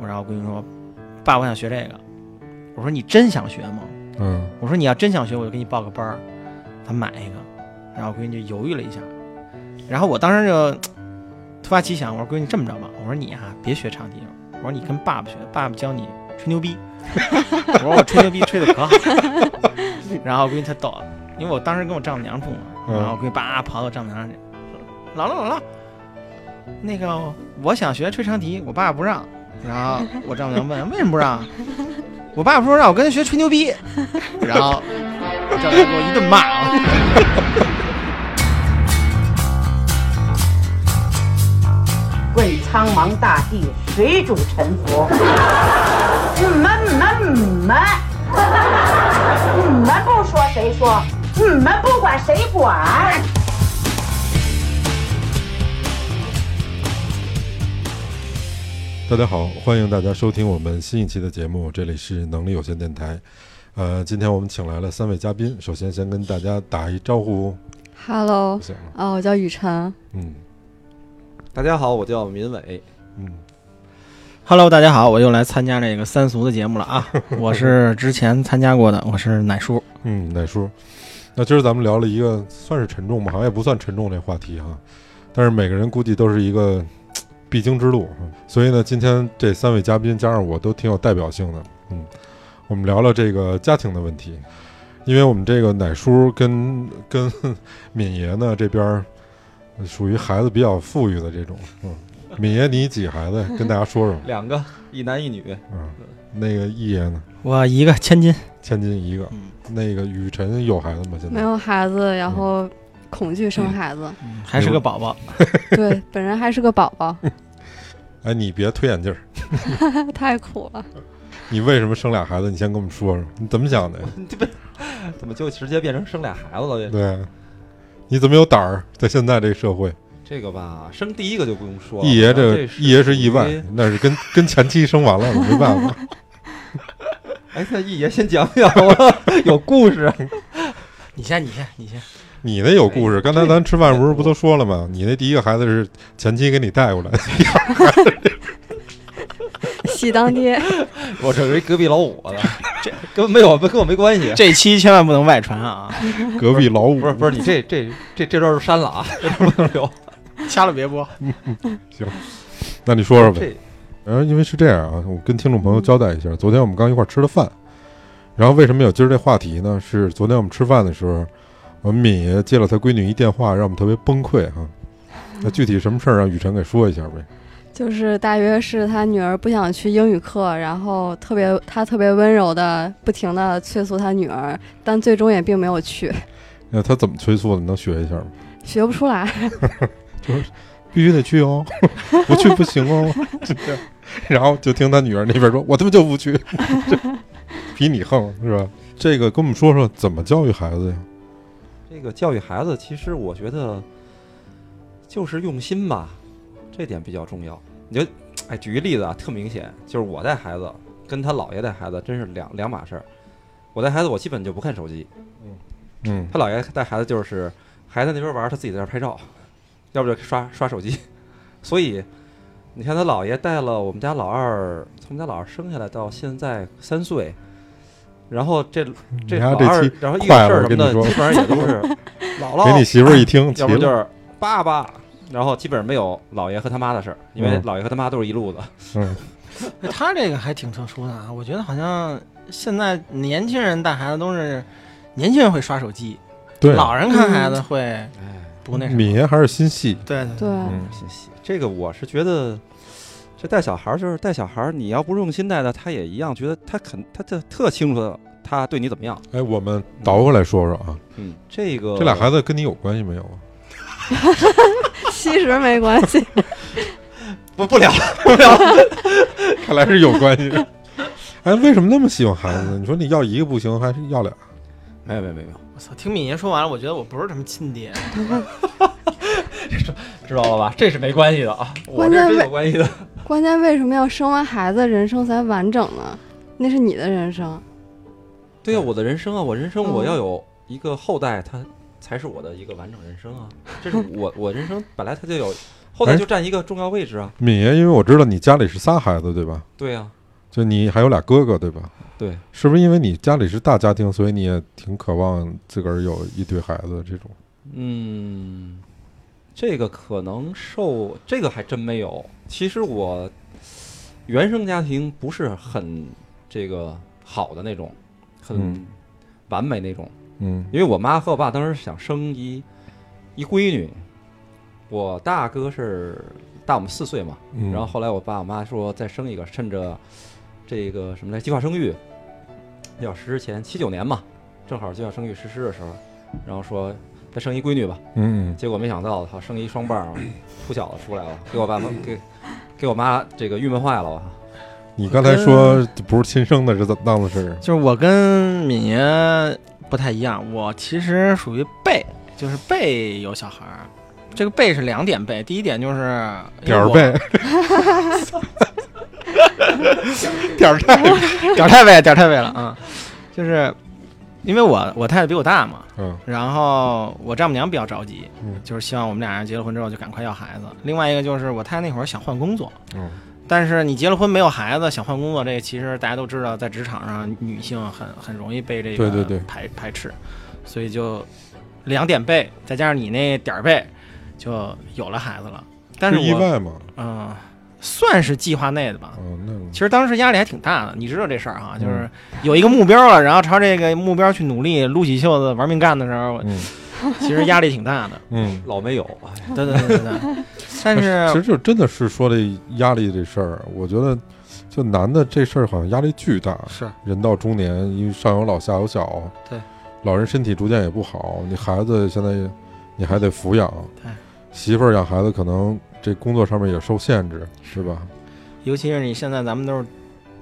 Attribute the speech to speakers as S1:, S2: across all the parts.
S1: 我然后我闺女说：“爸，我想学这个。”我说：“你真想学吗？”
S2: 嗯
S1: 我说你要真想学，我就给你报个班儿，咱买一个。然后我闺女就犹豫了一下，然后我当时就突发奇想，我说闺女这么着吧，我说你啊别学长笛了，我说你跟爸爸学，爸爸教你吹牛逼。 我说我吹牛逼吹的可好了。然后我闺女她逗了，因为我当时跟我丈母娘住嘛，然后我闺女叭跑到我丈母娘那去，说姥姥姥姥，那个我想学吹长笛，我爸不让。然后我丈母娘问为什么不让？啊我爸说让我跟他学吹牛逼，然后我丈母娘给我一顿骂啊。
S3: 为苍茫大地谁主沉浮？嗯们们们，你们嗯不说谁说？你们不管谁管？
S2: 大家好，欢迎大家收听我们新一期的节目，这里是能力有限电台。呃，今天我们请来了三位嘉宾，首先先跟大家打一招呼，
S4: Hello，
S2: 不行了，
S4: 哦，我叫雨辰，
S2: 嗯
S5: 大家好，我叫民伟。
S2: 嗯
S1: Hello，大家好，我又来参加这个三俗的节目了啊！我是之前参加过的，我是奶叔。
S2: 嗯，奶叔。那今儿咱们聊了一个算是沉重吧，好像也不算沉重这话题哈，但是每个人估计都是一个必经之路，嗯所以呢，今天这三位嘉宾加上我都挺有代表性的，嗯，我们聊聊这个家庭的问题，因为我们这个奶叔跟跟 敏爷呢这边儿属于孩子比较富裕的这种，嗯，敏爷你几孩子？跟大家说说，
S5: 两个，一男一女，
S2: 嗯，那个一爷呢，
S1: 我一个千金，
S2: 千金一个，那个雨辰有孩子吗？现在
S4: 没有孩子，然后恐惧生孩子，
S1: 还是个宝宝。
S4: 对，本人还是个宝宝，
S2: 哎，你别推眼镜儿，
S4: 太苦了。
S2: 你为什么生俩孩子？你先跟我们说说，你怎么想的？
S5: 怎么就直接变成生俩孩子了？这
S2: 对，你怎么有胆儿在现在这个社会？
S5: 这个吧，生第一个就不用说了。
S2: 一爷
S5: 这
S2: 这一爷是意外
S5: 属于，
S2: 那是跟跟前妻生完了，没办 法。
S5: 哎，那一爷先讲讲吧， 有故事。
S1: 你先，你先，你先。
S2: 你那有故事，刚才咱吃饭不是不都说了吗？你那第一个孩子是前妻给你带过来，
S4: 喜当爹，
S5: 我这是一隔壁老五的，这根本没有跟我没关系。
S1: 这期千万不能外传啊，
S2: 隔壁老五
S5: 不是不是，你这这这这段就删了啊，这段不能留。
S1: 掐了别播。
S2: 那你说说呗。
S5: 这
S2: 然后因为是这样啊，我跟听众朋友交代一下，昨天我们刚一块儿吃了饭，然后为什么有今儿这话题呢？是昨天我们吃饭的时候，我们敏爷接了他闺女一电话，让我们特别崩溃哈、那具体什么事儿让啊雨辰给说一下呗？
S4: 就是大约是他女儿不想去英语课，然后特别他特别温柔的不停的催促他女儿，但最终也并没有去，
S2: 那他怎么催促的？你能学一下吗？
S4: 学不出来。
S2: 必须得去哦， 不去不行哦， 就这样。然后就听他女儿那边说：“我他妈就不去， 比你横是吧？”这个跟我们说说怎么教育孩子呀？
S5: 这个教育孩子，其实我觉得就是用心吧，这点比较重要。你就，哎，举个例子啊，特明显，就是我带孩子跟他姥爷带孩子真是两两码事儿。我带孩子，我基本就不看手机。
S2: 嗯，
S5: 他姥爷带孩子就是孩子那边玩儿，他自己在那儿拍照，要不就刷刷手机。所以你看，他姥爷带了我们家老二，从我们家老二生下来到现在三岁，然后这
S2: 你
S5: 老
S2: 看
S5: 二
S2: 这期，
S5: 然后一有
S2: 快
S5: 事
S2: 了
S5: 儿
S2: 我
S5: 什么
S2: 跟
S5: 的，
S2: 你说
S5: 基本上也都 是姥姥，
S2: 给你媳妇儿一听，齐
S5: 要不就
S2: 了。
S5: 是爸爸，然后基本上没有姥爷和他妈的事儿，因为
S2: 嗯
S5: 姥爷和他妈都是一路子。
S2: 嗯，
S1: 哎他这个还挺特殊的啊，我觉得好像现在年轻人带孩子都是年轻人会刷手机，
S2: 对，啊
S1: 老人看孩子会
S5: 哎，
S1: 不那什么。
S2: 敏爷还是心细，
S1: 对对
S4: 对，
S2: 嗯
S5: 信息这个我是觉得，这带小孩儿就是带小孩儿，你要不用心带的，他也一样觉得他肯他特特清楚的他对你怎么样。
S2: 哎，我们倒过来说说啊，
S5: 嗯，这个
S2: 这俩孩子跟你有关系没有啊？
S4: 其实没关系，
S5: 不不聊了，
S2: 看来是有关 系。哎，为什么那么喜欢孩子呢？你说你要一个不行，还是要俩？
S5: 没有没有没有没有，
S1: 我操！听敏爷说完了，我觉得我不是他们亲爹。啊
S5: 知道了吧？这是没关系的啊，我
S4: 关
S5: 这
S4: 键
S5: 是真
S4: 为
S5: 有关系的。
S4: 关键为什么要生完孩子人生才完整呢？那是你的人生，
S5: 对呀、我的人生啊，我人生
S4: 嗯
S5: 我要有一个后代，他才是我的一个完整人生啊！这是我我人生本来它就有，后来就占一个重要位置啊！
S2: 敏爷，因为我知道你家里是仨孩子，对吧？
S5: 对啊，
S2: 就你还有俩哥哥，对吧？
S5: 对，
S2: 是不是因为你家里是大家庭，所以你也挺渴望自个儿有一堆孩子这种？
S5: 嗯，这个可能受这个还真没有。其实我原生家庭不是很这个好的那种，很
S2: 嗯
S5: 完美那种。
S2: 嗯
S5: 因为我妈和我爸当时想生一一闺女，我大哥是大我们四岁嘛，
S2: 嗯，
S5: 然后后来我爸我妈说再生一个，趁着这个什么来计划生育要实施前七九年嘛，正好计划生育实施的时候，然后说再生一闺女吧，
S2: 嗯
S5: 结果没想到他生一双棒儿，出小子出来了，给我爸妈给给我妈这个郁闷坏了吧。
S2: 嗯，你刚才说不是亲生的是怎么档子事儿？啊
S1: 就是我跟敏爷不太一样，我其实属于被，就是被有小孩儿。这个被是两点被，第一点就是因为
S2: 点儿
S1: 我
S2: 背，
S1: 点儿太 点儿太背，点儿太背了啊！就是因为我我太太比我大嘛，
S2: 嗯
S1: 然后我丈母娘比较着急，
S2: 嗯
S1: 就是希望我们俩人结了婚之后就赶快要孩子。另外一个就是我太太那会儿想换工作，
S2: 嗯
S1: 但是你结了婚没有孩子，想换工作，这个其实大家都知道，在职场上女性很很容易被这个
S2: 对对对
S1: 排排斥，所以就两点背，再加上你那点儿背，就有了孩子了。但是
S2: 是意
S1: 我啊
S2: 外嘛？
S1: 嗯、算是计划内的吧。
S2: 嗯，
S1: 其
S2: 那
S1: 实当时压力还挺大的，你知道这事儿哈，就是有一个目标了，然后朝这个目标去努力，撸起袖子玩命干的时候，
S2: 嗯
S1: 其实压力挺大的。
S2: 嗯，
S5: 老没有，
S1: 对对对对 对，但
S2: 其实
S1: 是
S2: 就真的是说这压力这事儿，我觉得就男的这事儿好像压力巨大。
S1: 是
S2: 人到中年，因为上有老下有小，
S1: 对，
S2: 老人身体逐渐也不好，你孩子现在你还得抚养，
S1: 对，
S2: 媳妇儿养孩子可能这工作上面也受限制，是吧？
S1: 尤其是你现在咱们都是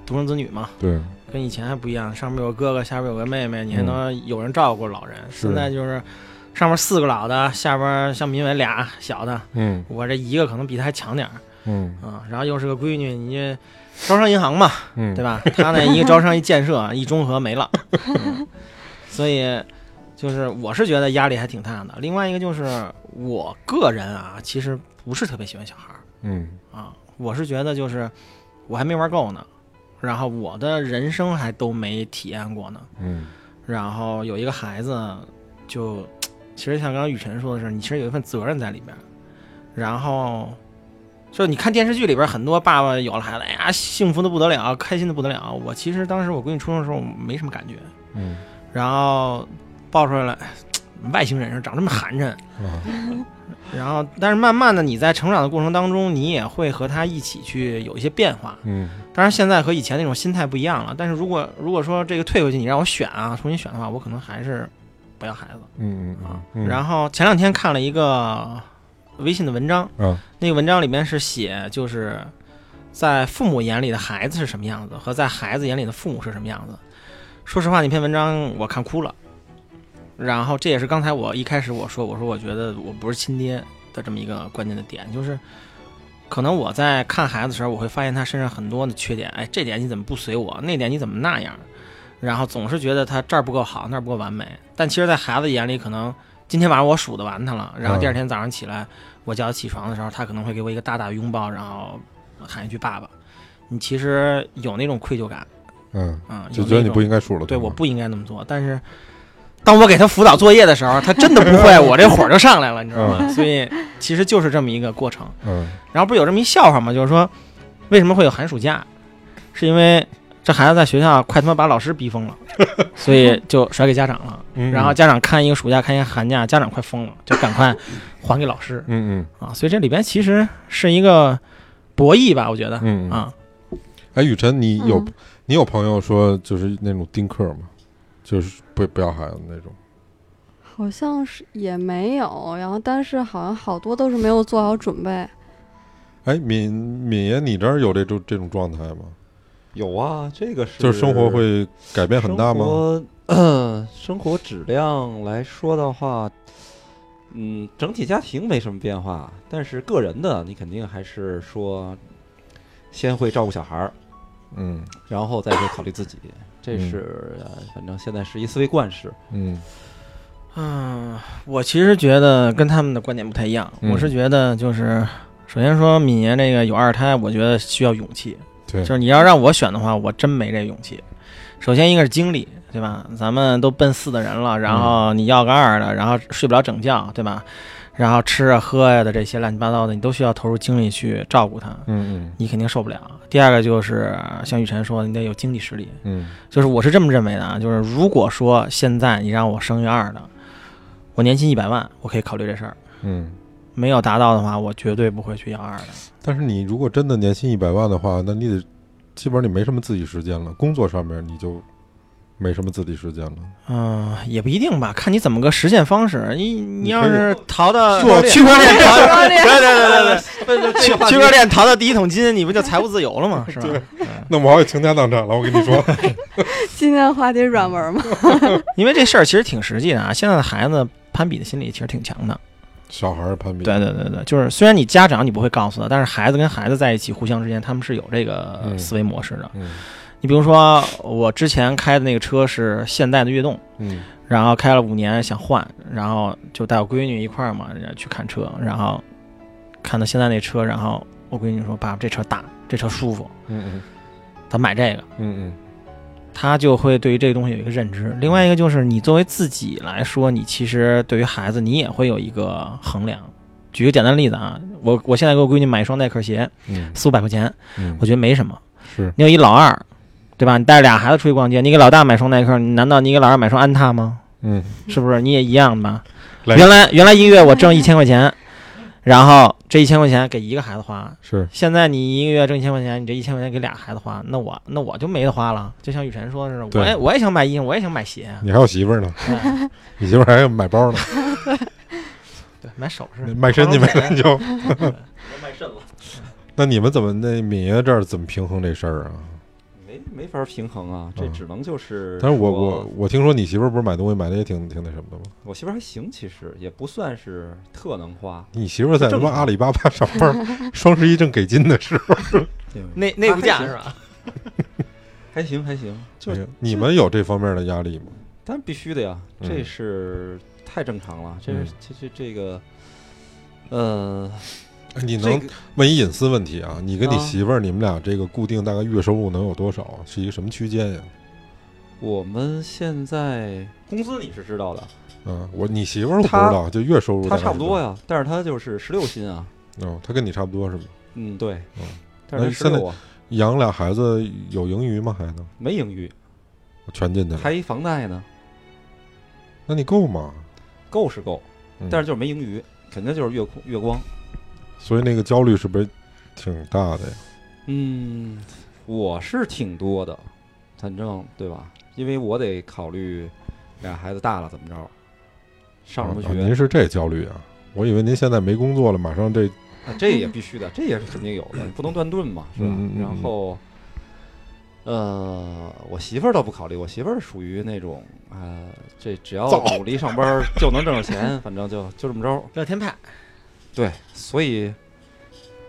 S1: 独生子女嘛，
S2: 对，
S1: 跟以前还不一样，上面有哥哥，下边有个妹妹，你还能有人照顾老人。
S2: 是
S1: 现在嗯就是上面四个老的，下边像民伟俩小的，
S2: 嗯
S1: 我这一个可能比他还强点儿
S2: 嗯
S1: 啊、然后又是个闺女，你这招商银行嘛，
S2: 嗯，
S1: 对吧？他那一个招商一建设，一中和没了，嗯所以就是我是觉得压力还挺大的。另外一个就是我个人啊，其实不是特别喜欢小孩儿
S2: 嗯
S1: 啊，我是觉得就是我还没玩够呢，然后我的人生还都没体验过呢，
S2: 嗯
S1: 然后有一个孩子就，其实像刚刚雨辰说的是，你其实有一份责任在里边儿，然后。就是你看电视剧里边儿很多爸爸有了孩子，哎呀，幸福的不得了，开心的不得了。我其实当时我闺女出生的时候我没什么感觉，
S2: 嗯
S1: 然后抱出来了，外星人似的长这么寒碜。
S2: 啊，
S1: 然后，但是慢慢的你在成长的过程当中，你也会和他一起去有一些变化。
S2: 嗯
S1: 当然，现在和以前那种心态不一样了。但是如果如果说这个退回去，你让我选啊， 重新选的话，我可能还是不要孩子
S2: 嗯
S1: 啊
S2: 嗯。嗯，
S1: 然后前两天看了一个微信的文章，
S2: 后啊，
S1: 那个文章里面是写就是在父母眼里的孩子是什么样子，和在孩子眼里的父母是什么样子。说实话，那篇文章我看哭了。然后这也是刚才我一开始我说我说我觉得我不是亲爹的这么一个关键的点，就是可能我在看孩子的时候，我会发现他身上很多的缺点，哎，这点你怎么不随我，那点你怎么那样，然后总是觉得他这儿不够好，那儿不够完美。但其实，在孩子眼里，可能今天晚上我数得完他了，然后第二天早上起来，我叫他起床的时候，他可能会给我一个大大的拥抱，然后喊一句“爸爸”。你其实有那种愧疚感
S2: 嗯，
S1: 啊，
S2: 就
S1: 有
S2: 觉得
S1: 那
S2: 你
S1: 种
S2: 不应该数了，
S1: 对，
S2: 吧
S1: 我不应该那么做。但是当我给他辅导作业的时候，他真的不会，我这火儿就上来了，你知道吗？所以其实就是这么一个过程。
S2: 嗯
S1: 然后不是有这么一笑话吗？就是说，为什么会有寒暑假？是因为这孩子在学校快他妈把老师逼疯了， 所以就甩给家长了。
S2: 嗯，
S1: 然后家长看一个暑假，看一个寒假，家长快疯了，就赶快还给老师
S2: 嗯嗯
S1: 啊。所以这里边其实是一个博弈吧，我觉得
S2: 嗯嗯
S1: 啊，
S2: 哎，雨辰，你有、
S4: 嗯
S2: 你有朋友说就是那种丁克吗？就是不不要孩子那种？
S4: 好像是也没有，然后但是好像好多都是没有做好准备。
S2: 哎，敏敏爷，你这儿有这种这种状态吗？
S5: 有啊，这个是
S2: 就是生活会改变很大
S5: 生
S2: 吗？
S5: 活、呃生活 质量来说的话，嗯，整体家庭没什么变化，但是个人的你肯定还是说，先会照顾小孩儿，
S2: 嗯
S5: 然后再去考虑自己，这
S2: 嗯
S5: 是、呃反正现在是一思维惯式。
S2: 嗯
S1: 嗯，我其实觉得跟他们的观点不太一样。
S2: 嗯
S1: 我是觉得就是，首先说敏爷这个有二胎，我觉得需要勇气。
S2: 对
S1: 就是你要让我选的话，我真没这勇气。首先一个是精力，对吧？咱们都奔四的人了，
S2: 嗯
S1: 然后你要个二的，然后睡不了整觉，对吧？然后吃啊喝呀、的这些乱七八糟的，你都需要投入精力去照顾他，
S2: 嗯
S1: 你肯定受不了。第二个就是像雨辰说的，你得有经济实力，
S2: 嗯嗯
S1: 就是我是这么认为的啊，就是如果说现在你让我生育二的，我年薪一百万，我可以考虑这事儿。
S2: 嗯。
S1: 没有达到的话，我绝对不会去要二的。
S2: 但是你如果真的年薪一百万的话，那你得基本上你没什么自己时间了，工作上面你就没什么自己时间了。
S1: 嗯，也不一定吧，看你怎么个实现方式。你你要是逃到
S2: 做
S1: 区块链逃，
S4: 教练
S1: 对对对
S5: 对
S1: 对
S5: 对， 这个
S1: 对，
S5: 话
S1: 区
S5: 题
S1: 块链逃到第一桶金，你不就财务自由了吗？ 是吧？
S2: 那我也倾家荡产了，我跟你说。
S4: 今天的话题软文嘛，
S1: 因为这事儿其实挺实际的啊。现在的孩子攀比的心理其实挺强的。
S2: 小孩儿攀比，
S1: 对对对对，就是虽然你家长你不会告诉他，但是孩子跟孩子在一起互相之间，他们是有这个
S2: 嗯
S1: 思维模式的。
S2: 嗯
S1: 你比如说，我之前开的那个车是现代的悦动，
S2: 嗯
S1: 然后开了五年想换，然后就带我闺女一块儿嘛然后去看车，然后看到现在那车，然后我闺女说：“爸，这车大，这车舒服，
S2: 嗯
S1: 咱买这个。
S2: 嗯嗯”
S1: 她就会对于这个东西有一个认知。另外一个就是，你作为自己来说，你其实对于孩子，你也会有一个衡量。举个简单的例子啊，我我现在给我闺女买一双耐克鞋，
S2: 嗯
S1: 四五百块钱，
S2: 嗯
S1: 我觉得没什么。
S2: 是
S1: 你有一老二，对吧？你带着俩孩子出去逛街，你给老大买双耐克，你难道你给老二买双安踏吗？
S2: 嗯
S1: 是不是？你也一样的吗？
S2: 来
S1: 原来原来一个月我挣一千块钱，然后这一千块钱给一个孩子花，
S2: 是
S1: 现在你一个月挣一千块钱，你这一千块钱给俩孩子花，那我那我就没得花了。就像雨辰说的似的，
S2: 对
S1: 我也我也想买衣裳，我也想买鞋，
S2: 你还有媳妇儿呢，
S1: 对
S2: 你媳妇儿还要买包呢，
S1: 对，买首饰，
S2: 卖身去呗，那就。
S1: 卖肾了。
S2: 那你们怎么那敏爷这儿怎么平衡这事儿啊？
S5: 没没法平衡啊，这
S2: 嗯
S5: 只能就是。
S2: 但是我我我听说你媳妇儿不是买东西买的也挺挺那什么的吗？
S5: 我媳妇儿还行，其实也不算是特能花，
S2: 你媳妇儿在他
S5: 正
S2: 妈
S5: 常
S2: 阿里巴巴上 班，双十一挣给金的时候，
S1: 内内部价
S5: 还行
S1: 是吧？
S5: 还行还行，就
S2: 哎呦你们有这方面的压力吗？
S5: 但必须的呀，
S2: 嗯
S5: 这是太正常了，这
S2: 嗯
S5: 是这这这个，呃，
S2: 哎你
S5: 这
S2: 能
S5: 个
S2: 问一隐私问题啊？你跟你
S5: 啊
S2: 媳妇儿，你们俩这个固定大概月收入能有多少啊？是一个什么区间呀？
S5: 我们现在工资你是知道的，
S2: 嗯，我你媳妇儿我不知
S5: 她
S2: 道，就月收入
S5: 他差不多
S2: 呀。
S5: 呀，但是他就是十六薪啊，
S2: 嗯，她跟你差不多是吗？
S5: 嗯对
S2: 嗯，
S5: 但是
S2: 那
S5: 十
S2: 现在
S5: 六啊，
S2: 养俩孩子有盈余吗？还能
S5: 没盈余，
S2: 全进去了？
S5: 还一房贷呢，
S2: 那你够吗？
S5: 够是够
S2: 嗯，
S5: 但是就是没盈余，肯定就是月空月光。
S2: 所以那个焦虑是不是挺大的呀？
S5: 嗯，我是挺多的，反正对吧？因为我得考虑俩孩子大了怎么着，上什么
S2: 啊您
S5: 学，
S2: 是这焦虑啊？我以为您现在没工作了，马上这
S5: 啊这也必须的，这也是肯定有的，你不能断顿嘛，是吧
S2: 嗯嗯嗯？
S5: 然后，呃，我媳妇儿倒不考虑，我媳妇儿属于那种，呃，这只要
S2: 造
S5: 努力上班儿就能挣着钱，反正就就这么着。
S1: 乐天派，
S5: 对，所以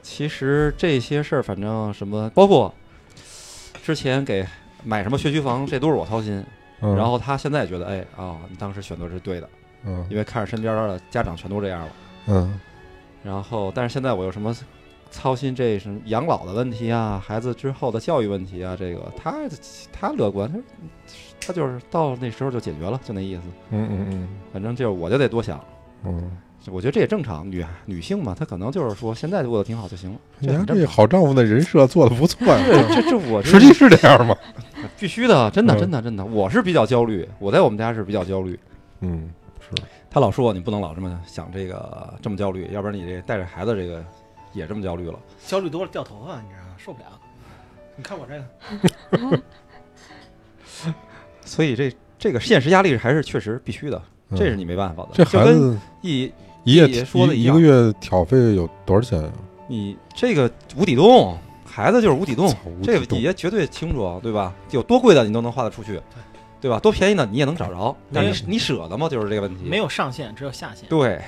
S5: 其实这些事儿，反正什么，包括之前给买什么学区房，这都是我操心。
S2: 嗯，
S5: 然后他现在觉得，哎啊、你当时选择是对的，
S2: 嗯
S5: 因为看着身边的家长全都这样了。
S2: 嗯
S5: 然后，但是现在我有什么操心这什么养老的问题啊，孩子之后的教育问题啊，这个他他乐观，他他就是到那时候就解决了，就那意思。
S2: 嗯嗯嗯
S5: 反正就是我就得多想，
S2: 嗯，
S5: 我觉得这也正常，女女性嘛，她可能就是说现在过得挺好就行了，
S2: 你
S5: 这
S2: 看
S5: 很正
S2: 这
S5: 常。
S2: 好丈夫的人设做的不错呀，
S5: 这这 我
S2: 实际是这样吗？
S5: 必须的，啊真的
S2: 嗯
S5: 真的真的，我是比较焦虑，我在我们家是比较焦虑。
S2: 嗯，
S5: 他老说我你不能老这么想这个这么焦虑，要不然你这带着孩子这个也这么焦虑了。
S1: 焦虑多了掉头发，你知道吗？受不了。你看我这个，
S5: 所以这这个现实压力还是确实必须的，
S2: 嗯
S5: 这是你没办法的。
S2: 这
S5: 就
S2: 孩
S5: 跟
S2: 子
S5: 一
S2: 一夜
S5: 也说的
S2: 一
S5: 一
S2: 一
S5: 样
S2: 个月挑费有多少钱呀？
S5: 你这个无底洞，孩子就是无底洞，
S2: 无
S5: 这
S2: 底
S5: 个
S2: 洞
S5: 底下绝对清楚，啊对吧？有多贵的你都能花得出去，对吧？多便宜的你也能找着，但是你你舍得吗？就是这个问题。
S1: 没有上限，只有下限。
S5: 对，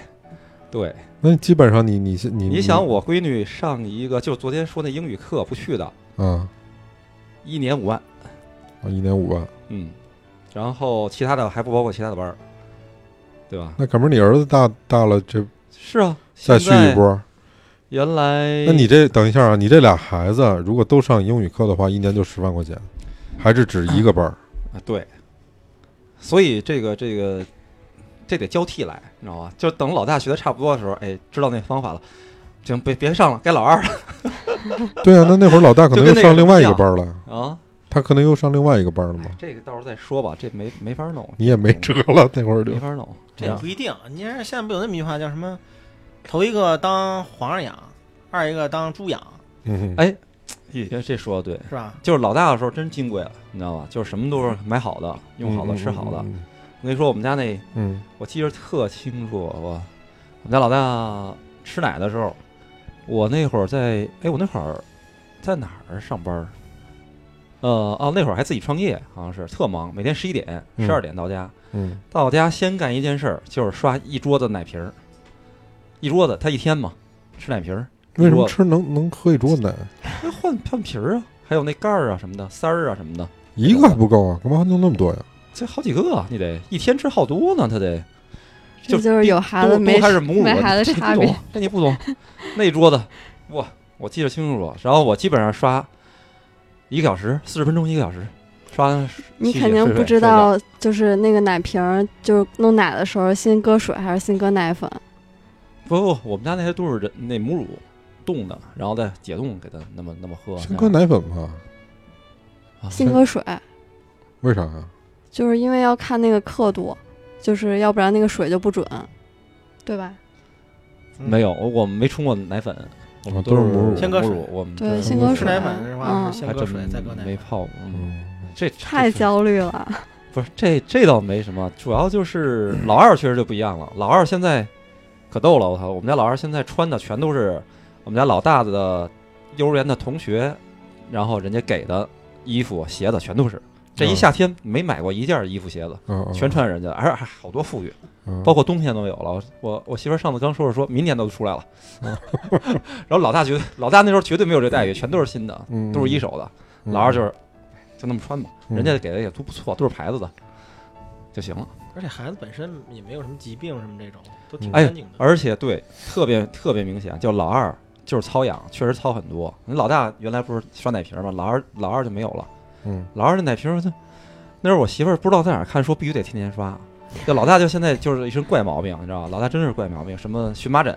S5: 对。
S2: 那基本上你你你
S5: 你想我闺女上一个，就是昨天说那英语课不去的，
S2: 啊
S5: 一年五万，
S2: 啊一年五万，
S5: 嗯，然后其他的还不包括其他的班儿，对吧？
S2: 那可不是你儿子大大了，这
S5: 是啊，
S2: 再
S5: 现
S2: 续
S5: 在
S2: 一。波。
S5: 原来
S2: 那你这等一下啊，你这俩孩子如果都上英语课的话，一年就十万块钱，还是只一个班儿。
S5: 啊，对，所以这个这个这得交替来，你知道吗？就等老大学的差不多的时候，哎，知道那方法了，行，别别上了，该老二了
S2: 对啊，那那会儿老大可能又
S5: 就跟那个
S2: 上另外一个
S5: 不一样
S2: 班儿了，
S5: 啊。
S2: 他可能又上另外一个班儿了
S5: 哎
S2: 嘛，
S5: 这个到时候再说吧，这没没法弄，
S2: 你也没辙了。那会儿就
S5: 没法弄。
S1: 这也不一定。你看现在不有那么一句话叫什么？头一个当皇上养，二一个当猪养，
S2: 嗯
S5: 哎这这说的对，
S1: 是吧？
S5: 就是老大的时候真金贵了，你知道吧？就是什么都是买好的，用好的，吃好的。
S2: 嗯
S5: 我跟你说，我们家那
S2: 嗯
S5: 我记得特清楚，我我们家老大吃奶的时候，我那会儿在哎，我那会儿在哪儿上班儿？呃，哦，那会儿还自己创业，好像是特忙，每天十一点、
S2: 嗯
S5: 十二点到家。
S2: 嗯
S5: 到家先干一件事儿，就是刷一桌子奶瓶儿，一桌子他一天嘛，吃奶瓶儿，
S2: 嗯，为什么
S5: 我
S2: 吃能能喝一桌奶？
S5: 那换换瓶儿啊，还有那盖儿啊什么的，塞儿啊什么的，
S2: 一个还不够啊？干嘛还弄那么多呀？
S5: 这好几个啊，你得一天吃好多呢，他得。
S4: 这就是有孩子
S5: 多
S4: 没
S5: 多还是母乳
S4: 没孩子
S5: 这你
S4: 差
S5: 不
S4: 别
S5: 懂。，这你不 懂。那一桌子，哇，我记得清楚。然后我基本上刷一个小时，四十分钟一个小时，刷完
S4: 你
S5: 洗洗
S4: 肯定
S5: 睡
S4: 不
S5: 睡
S4: 知
S5: 睡觉
S4: 道，就是那个奶瓶儿，就是弄奶的时候先搁水还是先搁奶粉？
S5: 不不，我们家那些都是人那母乳冻的，然后再解冻给它那么那么喝。
S2: 先喝奶粉吧？
S5: 啊
S4: 先搁水，
S2: 为啥啊呀？
S4: 就是因为要看那个刻度，就是要不然那个水就不准，对吧？
S1: 嗯
S5: 没有，我我们没冲过奶粉，我
S2: 啊
S5: 们
S2: 都是母
S5: 母
S2: 乳
S1: 先搁水
S5: 乳，我们
S4: 对
S5: 真
S4: 先
S5: 是
S4: 搁
S1: 吃
S4: 水
S1: 奶粉的话
S4: 嗯
S1: 是
S5: 还
S1: 先搁
S5: 真
S1: 水，再搁奶
S5: 没
S1: 粉。
S5: 泡过。嗯，
S2: 嗯，
S5: 这
S4: 太
S5: 这
S4: 焦虑了，
S5: 不是这这倒没什么，主要就是老二确实就不一样了。老二现在可逗了，我操！我们家老二现在穿的全都是我们家老大的幼儿园的同学，然后人家给的衣服、鞋子全都是。这一夏天没买过一件衣服、鞋子，
S2: 啊啊
S5: 全穿人家，还还好多富裕，
S2: 啊
S5: 包括冬天都有了。我我我媳妇儿上次刚说是说明年都出来了， 然后老大绝老大那时候绝对没有这待遇，全都是新的，
S2: 嗯
S5: 都是一手的。老二就是是就那么穿吧，
S2: 嗯
S5: 人家给的也都不错，都是牌子的就行了。
S1: 而且孩子本身也没有什么疾病什么这种，都挺
S2: 嗯
S5: 哎
S1: 干净的。
S5: 而且对，特别特别明显，就老二就是操养，确实操很多。你老大原来不是刷奶瓶吗？老二老二就没有了，
S2: 嗯
S5: 老二那奶瓶儿就那时候我媳妇儿不知道在哪儿看，说必须得天天刷。就老大就现在就是一身怪毛病，你知道吧？老大真是怪毛病，什么荨麻疹，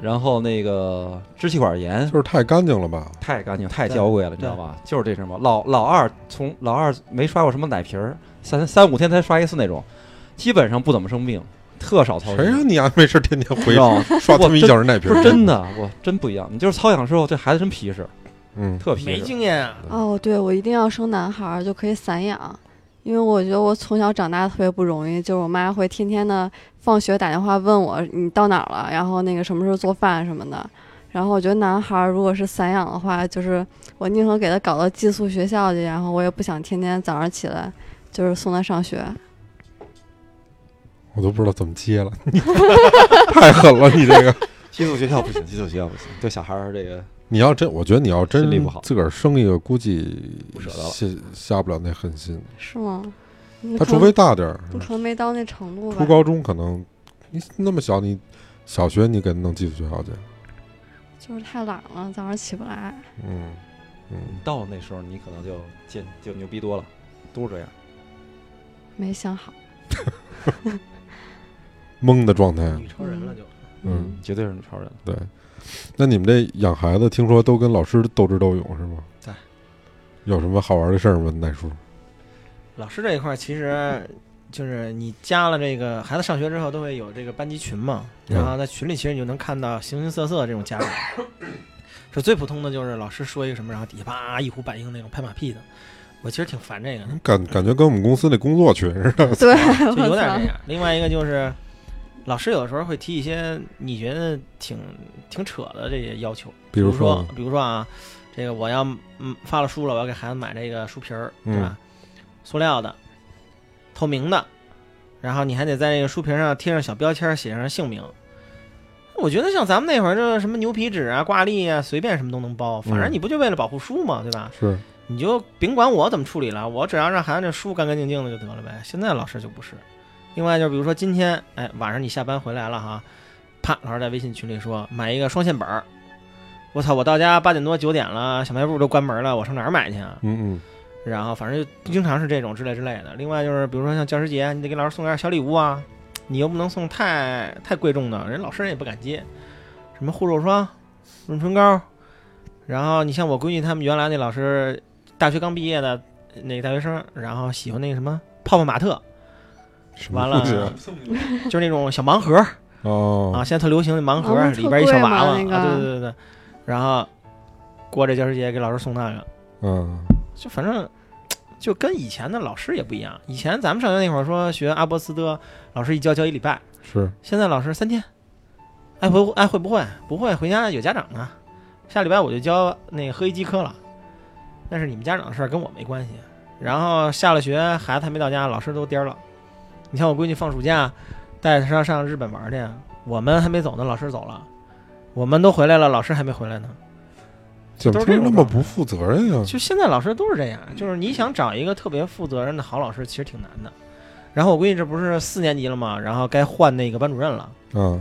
S5: 然后那个支气管炎
S2: 就，是太干净了吧？
S5: 太干净，太
S1: 对
S5: 娇贵了，你知道吧？就是这什么老老二从老二没刷过什么奶瓶儿，三三五天才刷一次那种，基本上不怎么生病，特少操
S2: 谁
S5: 心。
S2: 让你啊没事天天回
S5: 知道吗？
S2: 刷他们一小时奶瓶
S5: 不？是真的，我真不一样。你就是操养之后，这孩子真皮实，
S2: 嗯，
S5: 特皮
S1: 没
S5: 实。
S1: 经验啊，
S4: 哦，对，我一定要生男孩儿就可以散养，因为我觉得我从小长大特别不容易，就是我妈会天天的放学打电话问我你到哪儿了，然后那个什么时候做饭什么的。然后我觉得男孩儿如果是散养的话，就是我宁可给他搞到寄宿学校去，然后我也不想天天早上起来就是送他上学。
S2: 我都不知道怎么接了， 你太狠了，你这个。
S5: 寄宿学校不行，寄宿学校不行，对小孩儿这个
S2: 你要真，我觉得你要真
S5: 心里不好
S2: 自个儿生一个，估计
S5: 不舍得了
S2: 下下不了那狠心。
S4: 是吗？你
S2: 他
S4: 可能
S2: 除非大点儿，
S4: 你可能没到那程度吧
S2: 初。高中可能你那么小，你小学你给弄寄宿学校去，
S4: 就是太懒了，早上起不来。
S2: 嗯嗯，
S5: 到了那时候，你可能就见就牛逼多了，都是这样。
S4: 没想好，
S2: 懵的状态，
S1: 女超人了就。
S2: 嗯，
S5: 绝对是超人。
S2: 对。那你们这养孩子，听说都跟老师斗智斗勇是吗？
S1: 对。
S2: 有什么好玩的事儿吗？奶叔，
S1: 老师这一块儿其实就是你加了这个孩子上学之后都会有这个班级群嘛，
S2: 嗯
S1: 然后在群里其实你就能看到形形色色的这种家长。就最普通的就是老师说一个什么，然后底下叭一呼百应那种拍马屁的，我其实挺烦这个的，
S2: 感感觉跟我们公司那工作群似的。
S4: 嗯 对，
S1: 就有
S4: 我
S1: 点
S4: 操
S1: 这，样。另外一个就是老师有的时候会提一些你觉得挺挺扯的这些要求，比
S2: 比如
S1: 如说
S2: 呢，，
S1: 比如说啊，这个我要嗯发了书了，我要给孩子买这个书皮儿，对吧？塑料的，透明的，然后你还得在这个书皮上贴上小标签，写上姓名。我觉得像咱们那会儿，就是什么牛皮纸啊、挂历啊，随便什么都能包，反正
S2: 嗯
S1: 你不就为了保护书嘛，对吧？
S2: 是
S1: 你就甭管我怎么处理了，我只要让孩子这书干干净净的就得了呗。现在老师就不是，另外就是比如说今天，哎，晚上你下班回来了哈，啪，老师在微信群里说买一个双线本儿，我操，我到家八点多九点了，小卖部都关门了，我上哪儿买去啊？
S2: 嗯
S1: 然后反正就经常是这种之类之类的。另外就是比如说像教师节，你得给老师送点小礼物啊，你又不能送太太贵重的，人老师人也不敢接，什么护手霜、润唇膏，然后你像我闺女他们原来那老师，大学刚毕业的那个大学生，然后喜欢那个什么泡泡玛特，
S2: 嗯，什
S1: 完
S2: 么
S1: 了
S2: 东西啊
S1: 就是那种小盲盒儿啊，
S2: 哦，
S1: 现在特流行那盲盒
S4: 啊
S1: 儿，
S4: 那特
S1: 里边一小娃娃，
S4: 贵吗那个
S1: 啊，对对对对，然后过这教师节给老师送那个，
S2: 嗯
S1: 就反正就跟以前的老师也不一样。以前咱们上学那会儿说学阿波斯德，老师一教教一礼拜，
S2: 是，
S1: 现在老师三天，爱会爱会不会不会回家有家长呢，下礼拜我就教那个合一基科了，但是你们家长的事儿跟我没关系。然后下了学，孩子还没到家，老师都颠儿了。你像我闺女放暑假，带她上上日本玩去，我们还没走呢，老师走了，我们都回来了，老师还没回来呢。
S2: 怎么
S1: 都是这
S2: 听
S1: 种
S2: 那么不负责任呀？
S1: 就现在老师都是这样，就是你想找一个特别负责任的好老师，其实挺难的。然后我闺女这不是四年级了嘛，然后该换那个班主任了。
S2: 嗯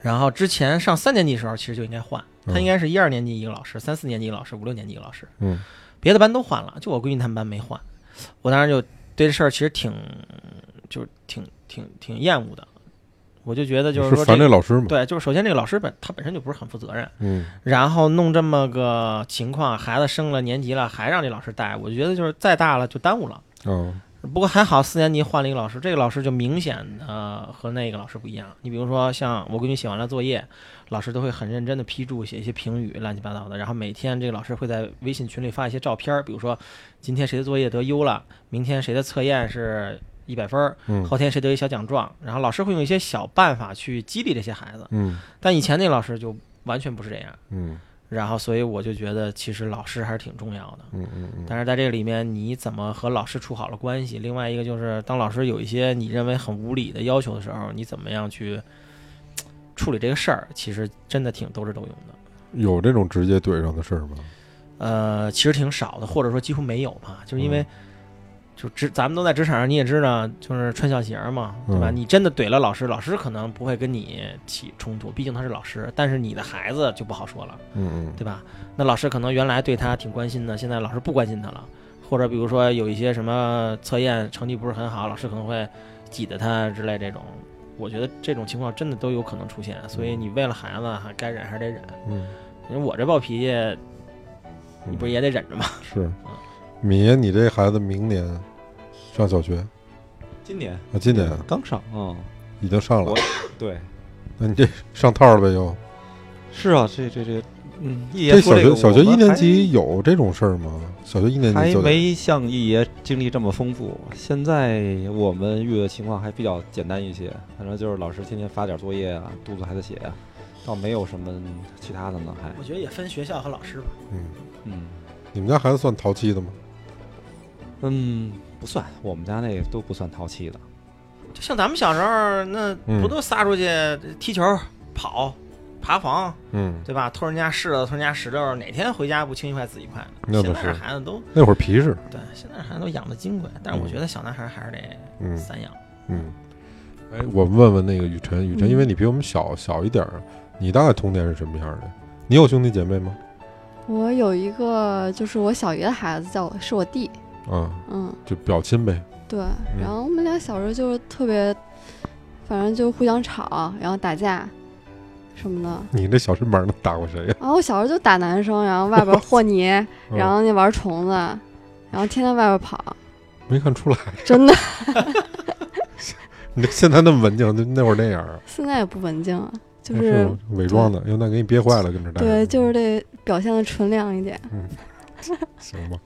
S1: 然后之前上三年级的时候，其实就应该换，她
S2: 嗯
S1: 应该是一二年级一个老师，三四年级一个老师，五六年级一个老师，
S2: 嗯
S1: 别的班都换了，就我闺女他们班没换。我当时就对这事儿其实挺，就是挺挺挺厌恶的。我就觉得就是说
S2: 烦
S1: 这
S2: 这老师嘛？
S1: 对，就是首先这个老师本他本身就不是很负责任，
S2: 嗯，
S1: 然后弄这么个情况，孩子升了年级了，还让这老师带，我觉得就是再大了就耽误了。
S2: 哦，
S1: 不过还好，四年级换了一个老师，这个老师就明显的和那个老师不一样。你比如说，像我闺女写完了作业，老师都会很认真的批注，写一些评语，乱七八糟的。然后每天这个老师会在微信群里发一些照片儿，比如说今天谁的作业得优了，明天谁的测验是一百分儿，
S2: 嗯
S1: 后天谁得一小奖状。然后老师会用一些小办法去激励这些孩子，
S2: 嗯
S1: 但以前那老师就完全不是这样。
S2: 嗯
S1: 然后，所以我就觉得，其实老师还是挺重要的。
S2: 嗯嗯嗯，
S1: 但是在这个里面，你怎么和老师处好了关系？另外一个就是，当老师有一些你认为很无理的要求的时候，你怎么样去嘖处理这个事儿？其实真的挺斗智斗勇的。
S2: 有这种直接怼上的事儿吗？
S1: 呃，其实挺少的，或者说几乎没有吧，就是因为
S2: 嗯
S1: 就职咱们都在职场上，你也知道，就是穿小鞋嘛，对吧？
S2: 嗯
S1: 你真的怼了老师，老师可能不会跟你起冲突，毕竟他是老师。但是你的孩子就不好说了。
S2: 嗯
S1: 对吧？那老师可能原来对他挺关心的，现在老师不关心他了，或者比如说有一些什么测验成绩不是很好，老师可能会挤得他之类这种。我觉得这种情况真的都有可能出现，所以你为了孩子还该忍还是得忍。
S2: 嗯嗯，
S1: 因为我这暴脾气，你不是也嗯得忍着吗？
S2: 是？敏爷，你这孩子明年上小学啊？
S5: 今年
S2: 今年啊
S5: 刚上，嗯，
S2: 已经上了
S5: 我，对，
S2: 那你这上套了呗？又
S5: 是啊，这这这，嗯，一
S2: 这
S5: 爷
S2: 小
S5: 说
S2: 学
S5: 个，
S2: 小
S5: 我
S2: 学
S5: 们
S2: 一年
S5: 还
S2: 级有这种事儿吗？小学一年级
S5: 还
S2: 就得
S5: 没像一爷经历这么丰富。现在我们遇的情况还比较简单一些，反正就是老师天天发点作业啊，督促孩子写啊，倒没有什么其他的呢，还
S1: 我觉得也分学校和老师吧。
S2: 嗯，
S5: 嗯
S2: 你们家孩子算淘气的吗？
S5: 嗯，不算，我们家那都不算淘气的。
S1: 就像咱们小时候，那
S2: 嗯
S1: 不都撒出去踢球、跑、爬房，
S2: 嗯，
S1: 对吧？偷人家柿子，偷人家石榴，哪天回家不青一块紫一块的？
S2: 那
S1: 现
S2: 倒
S1: 在
S2: 是
S1: 这孩子都
S2: 那会儿皮实，
S1: 对，现在孩子都养的金贵，但是我觉得小男孩还是得
S2: 嗯
S1: 散养。
S2: 嗯。哎，我问问那个雨辰，雨辰，
S4: 嗯
S2: 因为你比我们小小一点儿，你大概童年是什么样的？你有兄弟姐妹吗？
S4: 我有一个就是我小姨的孩子叫我是我弟，
S2: 啊，
S4: 嗯，
S2: 就表亲呗。
S4: 对，
S2: 嗯
S4: 然后我们俩小时候就是特别，反正就互相吵，然后打架什么的。
S2: 你这小身板能打过谁呀、
S4: 然后我小时候就打男生，然后外边和泥，
S2: 嗯
S4: 然后那玩虫子，然后天天外边跑，
S2: 没看出来，
S4: 真的
S2: 你这现在那么文静，就那会儿那样啊，
S4: 现在也不文静了， 就
S2: 那
S4: 哎是
S2: 伪装的。哟，那给你憋坏了，跟这待着。嗯
S4: 对，就是得表现的纯良一点。
S2: 行吧。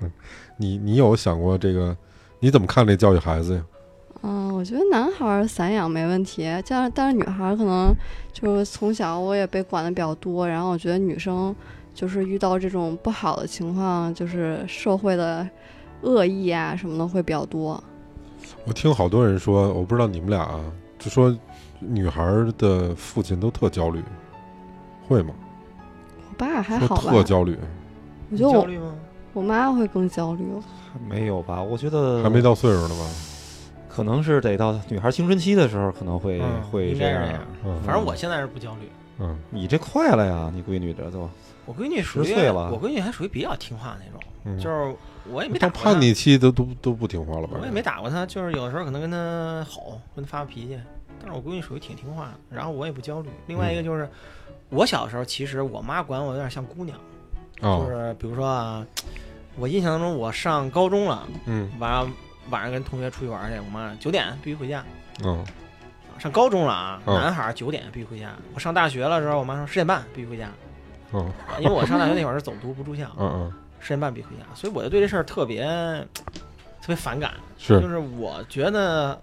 S2: 嗯，你你有想过这个？你怎么看这教育孩子呀？
S4: 嗯，我觉得男孩儿散养没问题，但是但是女孩儿可能就是从小我也被管的比较多，然后我觉得女生就是遇到这种不好的情况，就是社会的恶意啊什么的会比较多。
S2: 我听好多人说，我不知道你们俩啊，就说女孩儿的父亲都特焦虑，会吗？
S4: 我爸还
S2: 说
S4: 好吧
S2: 特，焦虑，
S4: 嗯我觉得我
S1: 虑吗？
S4: 我妈会更焦虑。
S5: 没有吧？我觉得
S2: 还没到岁数呢吧？
S5: 可能是得到女孩青春期的时候，可能会、
S1: 嗯
S5: 会
S1: 应
S5: 这
S1: 该是这
S5: 样啊
S1: 样。
S2: 嗯，
S1: 反正我现在是不焦虑。
S2: 嗯
S5: 你这快了呀，你闺女这都
S1: 我闺女属于
S5: 10岁了
S1: 我闺女还属于比较听话那种，
S2: 嗯，
S1: 就是我也没打
S2: 他
S1: 过她
S2: 叛逆期都都都不听话了吧？
S1: 我也没打过她，就是有的时候可能跟她吼，跟她发发脾气，但是我闺女属于挺听话的，然后我也不焦虑。另外一个就是，我小时候其实我妈管我有点像姑娘，
S2: 啊
S1: 就，是比如说啊，我印象当中我上高中了，
S2: 嗯
S1: 晚上晚上跟同学出去玩去，我妈九点必须回家。
S2: 嗯
S1: 上高中了啊，
S2: 嗯
S1: 男孩儿九点必须回家。我上大学了之后，我妈说十点半必须回家，
S2: 嗯
S1: 因为我上大学那会儿是走读不住校
S2: 嗯，嗯，
S1: 十点半必须回家，所以我就对这事儿特别特别反感。就是是我觉得，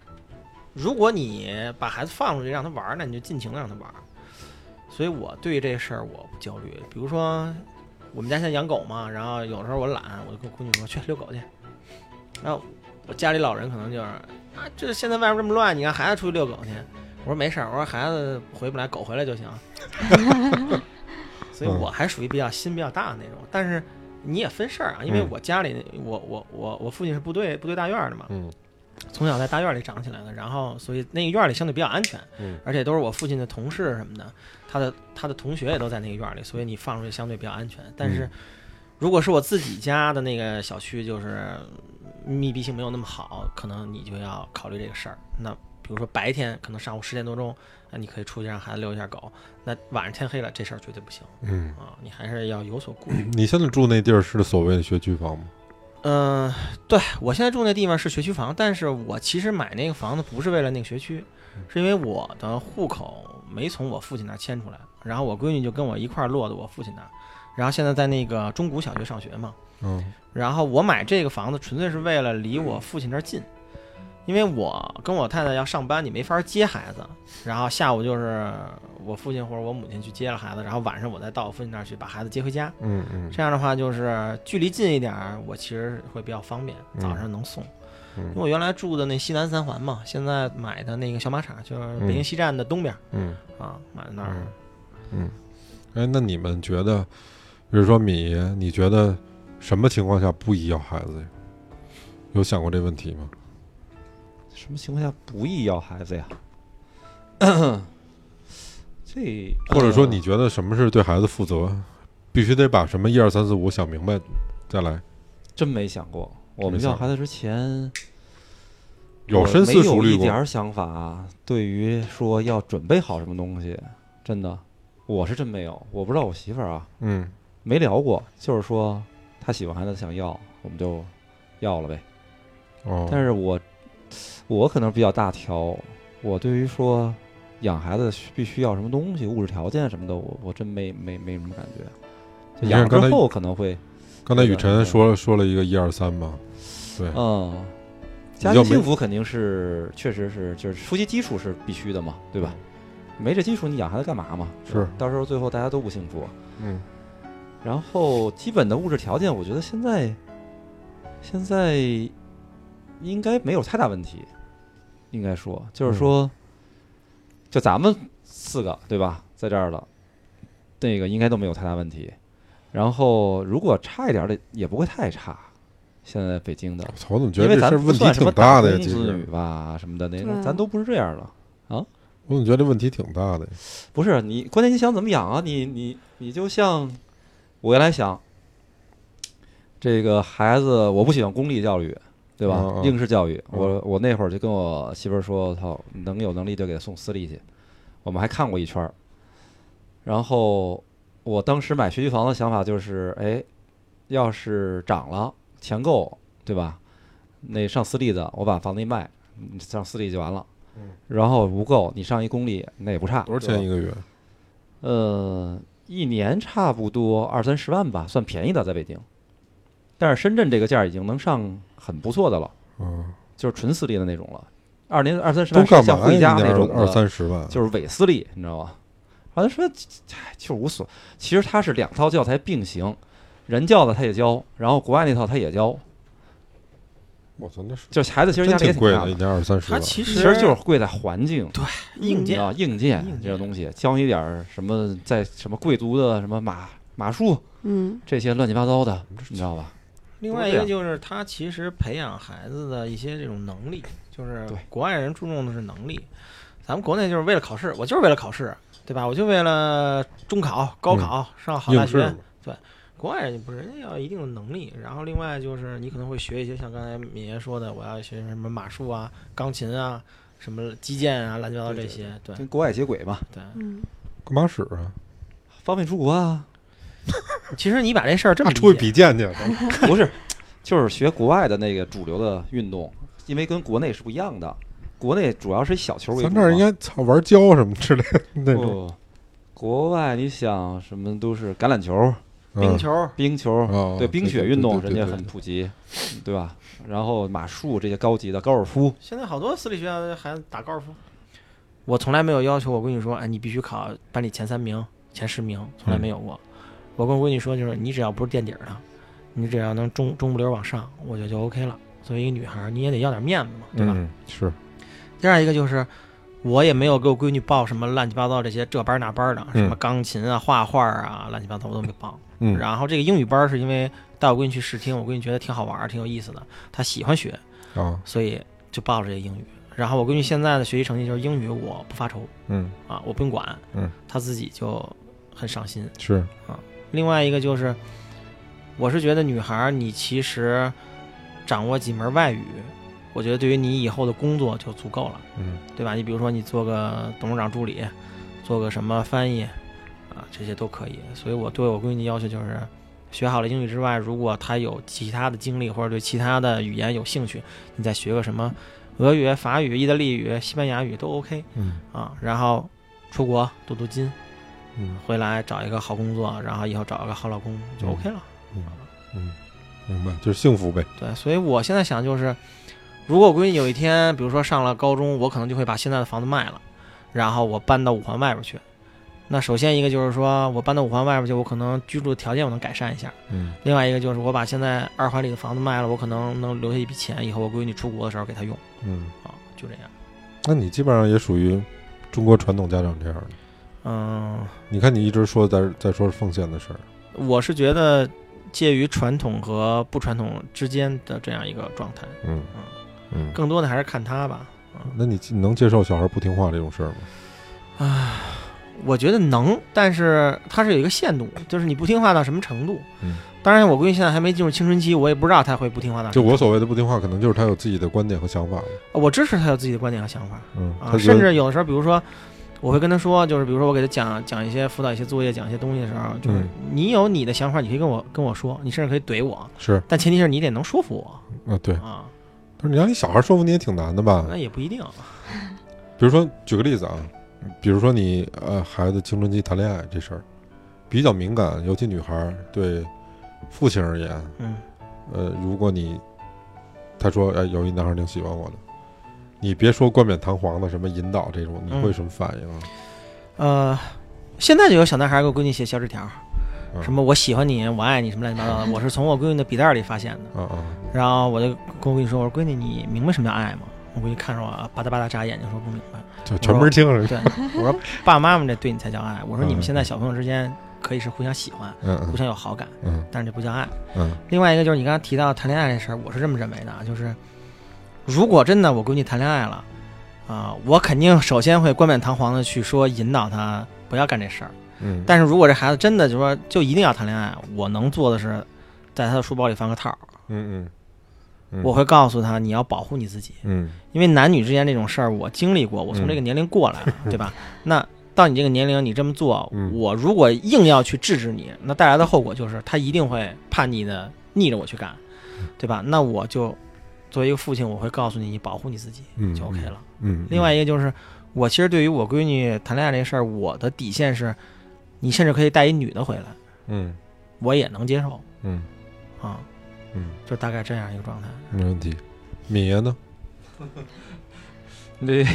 S1: 如果你把孩子放出去让他玩儿，那你就尽情的让他玩儿。所以我对这事儿我不焦虑。比如说，我们家现在养狗嘛，然后有时候我懒，我就跟我闺女说去遛狗去。然后我家里老人可能就是啊，这现在外面这么乱，你让孩子出去遛狗去。我说没事儿，我说孩子回不来，狗回来就行。所以我还属于比较心比较大的那种，但是你也分事儿啊，因为
S2: 嗯
S1: 我家里我我我我父亲是部队部队大院儿的嘛，
S2: 嗯
S1: 从小在大院里长起来的，然后所以那个院里相对比较安全，
S2: 嗯
S1: 而且都是我父亲的同事什么的，他的他的同学也都在那个院里，所以你放出去相对比较安全。但是
S2: 嗯
S1: 如果是我自己家的那个小区，就是密闭性没有那么好，可能你就要考虑这个事儿。那比如说白天可能上午十点多钟，那你可以出去让孩子遛一下狗，那晚上天黑了这事儿绝对不行
S2: 嗯，
S1: 啊，你还是要有所顾虑。
S2: 你现在住那地儿是所谓的学区房吗？
S1: 嗯、对我现在住那地方是学区房，但是我其实买那个房子不是为了那个学区，是因为我的户口没从我父亲那儿迁出来，然后我闺女就跟我一块儿落的我父亲那儿，然后现在在那个中谷小学上学嘛。
S2: 嗯
S1: 然后我买这个房子纯粹是为了离我父亲那儿近，因为我跟我太太要上班，你没法接孩子，然后下午就是我父亲或者我母亲去接了孩子，然后晚上我再到我父亲那儿去把孩子接回家。
S2: 嗯嗯
S1: 这样的话，就是距离近一点儿，我其实会比较方便，
S2: 嗯
S1: 早上能送。因为
S2: 嗯
S1: 我原来住的那西南三环嘛，现在买的那个小马场就是北京西站的东边、
S2: 嗯
S1: 啊，买的那儿
S2: 嗯。嗯，哎，那你们觉得，比如说米爷，你觉得什么情况下不宜要孩子呀？有想过这问题吗？
S5: 什么情况下不宜要孩子呀？ 这
S2: 或者说
S5: 呃
S2: 你觉得什么是对孩子负责？必须得把什么一二三四五想明白再来，
S5: 真没想过，我
S2: 没
S5: 们
S2: 想
S5: 要孩子之前
S2: 有
S5: 我
S2: 深
S5: 没
S2: 思熟虑
S5: 一
S2: 过
S5: 点。儿想法，对于说要准备好什么东西，真的，我是真没有，我不知道我媳妇儿啊，
S2: 嗯
S5: 没聊过，就是说她喜欢孩子想要，我们就要了呗。
S2: 哦，
S5: 但是我我可能比较大条，我对于说养孩子需必须要什么东西、物质条件什么的，我我真没没没什么感觉。就
S2: 你
S5: 养
S2: 看刚
S5: 了
S2: 才
S5: 之后可能会，
S2: 刚才
S5: 对
S2: 雨
S5: 的
S2: 辰
S5: 对
S2: 说说了一个一二三嘛，对，
S5: 嗯，
S2: 你
S5: 家
S2: 就
S5: 庭
S2: 没
S5: 幸福肯定是确实是就是初级基础是必须的嘛，对吧？没这基础，你养孩子干嘛嘛？
S2: 是
S5: 对吧到时候最后大家都不幸福。
S2: 嗯
S5: 然后基本的物质条件，我觉得现在现在应该没有太大问题，应该说就
S2: 嗯
S5: 是说，就咱们四个对吧，在这儿了，那个应该都没有太大问题。然后如果差一点儿的，也不会太差。现在北京的
S2: 我，操，我怎么觉
S5: 因
S2: 得
S5: 为
S2: 这
S5: 咱
S2: 事儿
S5: 不
S2: 问题
S5: 算什
S2: 挺
S5: 么
S2: 大的呀？
S5: 工
S2: 其
S5: 子女
S2: 实
S5: 吧什么的那
S4: 对
S5: 种，
S4: 啊
S5: 咱都不是这样了。
S2: 我总觉得这问题挺大的呀。
S5: 不是你，关键你想怎么养啊？你你你就像我原来想，这个孩子我不喜欢公立教育，对吧？
S2: 嗯嗯
S5: 应试教育，
S2: 嗯
S5: 我我那会儿就跟我媳妇儿说，操，能有能力就给他送私立去。我们还看过一圈儿，然后我当时买学区房的想法就是，哎，要是涨了，钱够，对吧？那上私立的，我把房子一卖，你上私立就完了。
S2: 嗯
S5: 然后不够，你上一公立那也不差，
S2: 多少
S5: 对吧
S2: 钱一个月？
S5: 呃，一年差不多二三十万吧，算便宜的，在北京。但是深圳这个价儿已经能上很不错的了，
S2: 嗯，
S5: 就是纯私立的那种了，二年二三十
S2: 都
S5: 万
S2: 干
S5: 像
S2: 嘛
S5: 惠
S2: 呀？
S5: 家那种
S2: 二二
S5: 的
S2: 三十万，
S5: 就是伪私立，你知道吗？好像说，唉就是无所，其实它是两套教材并行，人教的他也教，然后国外那套他也教，
S2: 我操，那是
S5: 就是孩子其实
S2: 真
S5: 压力也
S2: 挺
S5: 挺
S2: 贵
S5: 大
S2: 的，一
S5: 的，
S2: 年二三十
S1: 它
S2: 万。
S1: 其
S5: 其
S1: 实
S5: 实就是贵在环境。
S1: 硬件，
S5: 啊，硬件
S1: 硬
S5: 这
S1: 件
S5: 种东西，教你点儿什么在什么贵族的什么马马术
S4: 嗯，
S5: 这些乱七八糟的，你知道吧？
S1: 另外一个就是他其实培养孩子的一些这种能力，就是
S5: 对
S1: 国外人注重的是能力，咱们国内就是为了考试，我就是为了考试，对吧？我就为了中考、高考、上好大
S2: 应试
S1: 学
S2: 嘛。，
S1: 国外人家不是，人家要一定的能力，然后另外就是你可能会学一些像刚才敏爷说的，我要学什么马术啊、钢琴啊、什么击剑啊、乱七八糟这些，对
S5: 跟国外接轨嘛，
S1: 对。
S4: 嗯，
S2: 干嘛使啊？
S5: 方便出国啊。
S1: 其实你把这事儿这么
S2: 啊出去
S1: 理解
S2: 比剑去，
S5: 不是，就是学国外的那个主流的运动，因为跟国内是不一样的。国内主要是以小球为主嘛。
S2: 咱这儿应该操玩胶什么之类的那种。
S5: 不，国外你想什么都是橄榄球、
S2: 嗯
S1: 冰球、
S5: 冰球，
S2: 哦
S5: 对冰雪运动
S2: 啊对
S5: 人
S2: 对
S5: 家
S2: 对
S5: 很普及，对吧？然后马术这些高级的高尔夫，
S1: 现在好多私立学校的孩子打高尔夫。我从来没有要求我闺女说，哎，你必须考班里前三名、前十名，从来没有过。我跟我闺女说，就是你只要不是垫底儿的，你只要能中中不溜儿往上，我觉得就 OK 了。作为一个女孩儿，你也得要点面子嘛，对吧？
S2: 嗯，是
S1: 第二一个就是，我也没有给我闺女报什么乱七八糟这些这班儿那班儿的，
S2: 嗯
S1: 什么钢琴啊、画画儿啊，乱七八糟我都没报。
S2: 嗯，
S1: 然后这个英语班儿是因为带我闺女去试听，我闺女觉得挺好玩儿、挺有意思的，她喜欢学，
S2: 啊，
S1: 所以就报了这个英语。然后我闺女现在的学习成绩就是英语我不发愁
S2: 嗯
S1: 啊，我不用管，
S2: 嗯，
S1: 她自己就很上心。
S2: 是，
S1: 另外一个就是，我是觉得女孩儿你其实掌握几门外语，我觉得对于你以后的工作就足够了，
S2: 嗯
S1: 对吧？你比如说你做个董事长助理，做个什么翻译啊，这些都可以。所以我对我闺女的要求就是。学好了英语之外，如果她有其他的经历或者对其他的语言有兴趣，你再学个什么俄语、法语、意大利语、西班牙语都 OK
S2: 嗯
S1: 啊。然后出国镀镀金，
S2: 嗯
S1: 回来找一个好工作，然后以后找一个好老公就
S2: 嗯
S1: OK 了。
S2: 嗯嗯，明白，就是幸福呗。
S1: 对，所以我现在想就是，如果我闺女有一天，比如说上了高中，我可能就会把现在的房子卖了，然后我搬到五环外边去。那首先一个就是说我搬到五环外边去，我可能居住的条件我能改善一下；
S2: 嗯
S1: 另外一个就是我把现在二环里的房子卖了，我可能能留下一笔钱，以后我闺女出国的时候给她用
S2: 嗯，
S1: 啊，就这样。
S2: 那你基本上也属于中国传统家长这样的。
S1: 嗯，
S2: 你看你一直说在在说奉献的事儿，
S1: 我是觉得介于传统和不传统之间的这样一个状态，
S2: 嗯嗯，
S1: 更多的还是看她吧。
S2: 那你你能接受小孩不听话这种事儿吗？
S1: 我觉得能，但是它是有一个限度，就是你不听话到什么程度。
S2: 嗯，
S1: 当然，我闺女现在还没进入青春期，我也不知道她会不听话到什
S2: 就
S1: 么程度。
S2: 我所谓的不听话，可能就是他有自己的观点和想法了。
S1: 我支持她有自己的观点和想法
S2: 嗯，
S1: 啊，
S2: 他觉
S1: 甚
S2: 得
S1: 至有的时候，比如说，我会跟她说，就是比如说我给她讲讲一些辅导一些作业、讲一些东西的时候，就是
S2: 嗯
S1: 你有你的想法，你可以跟我跟我说，你甚至可以怼我，啊
S2: 是
S1: 但前提是你得能说服我
S2: 啊，对。
S1: 啊，
S2: 但是你让你小孩说服你也挺难的吧？
S1: 那也不一定。
S2: 比如说，举个例子啊，
S1: 嗯
S2: 比如说你呃孩子青春期谈恋爱这事儿比较敏感，尤其女孩儿对父亲而言，
S1: 嗯，
S2: 呃，如果你他说哎有一男孩挺喜欢我的，你别说冠冕堂皇的什么引导这种，你会
S1: 嗯
S2: 什么反应啊？
S1: 呃，现在就有小男孩给我闺女写小纸条，
S2: 嗯
S1: 什么我喜欢你，我爱你，什么乱七八糟的，我是从我闺女的笔袋里发现的。
S2: 啊啊，
S1: 然后我就跟我闺女说：“我说闺女，你明白什么叫爱吗？”我闺女看着我吧嗒吧嗒眨眼睛说：“不明白。
S2: 就全门清了。
S1: 对”我说：“ 爸爸妈妈这对你才叫爱。”我说：“
S2: 嗯
S1: 你们现在小朋友之间可以是互相喜欢、
S2: 嗯
S1: 互
S2: 嗯
S1: 相有好感，
S2: 嗯
S1: 但是这不叫爱。
S2: 嗯”
S1: 另外一个就是你刚才提到谈恋爱这事儿，我是这么认为的，啊，就是如果真的我闺女谈恋爱了啊、我肯定首先会冠冕堂皇的去说引导她不要干这事儿。
S2: 嗯，
S1: 但是如果这孩子真的就说就一定要谈恋爱，我能做的是在他的书包里放个套儿，
S2: 嗯嗯嗯
S1: 我会告诉他你要保护你自己。
S2: 嗯
S1: 因为男女之间这种事儿我经历过，我从这个年龄过来了，对吧？那到你这个年龄，你这么做，
S2: 嗯
S1: 我如果硬要去制止你，那带来的后果就是他一定会叛逆的逆着我去干，对
S2: 嗯
S1: 吧？那我就作为一个父亲，我会告诉你，你保护你自己
S2: 嗯
S1: 就 OK 了。
S2: 嗯，嗯
S1: 另外一个就是，我其实对于我闺女谈恋爱这事儿，我的底线是，你甚至可以带一女的回来，
S2: 嗯
S1: 我也能接受
S2: 嗯
S1: 啊，
S2: 嗯，
S1: 就大概这样一个状态。
S2: 没问题。敏爷呢？
S5: 这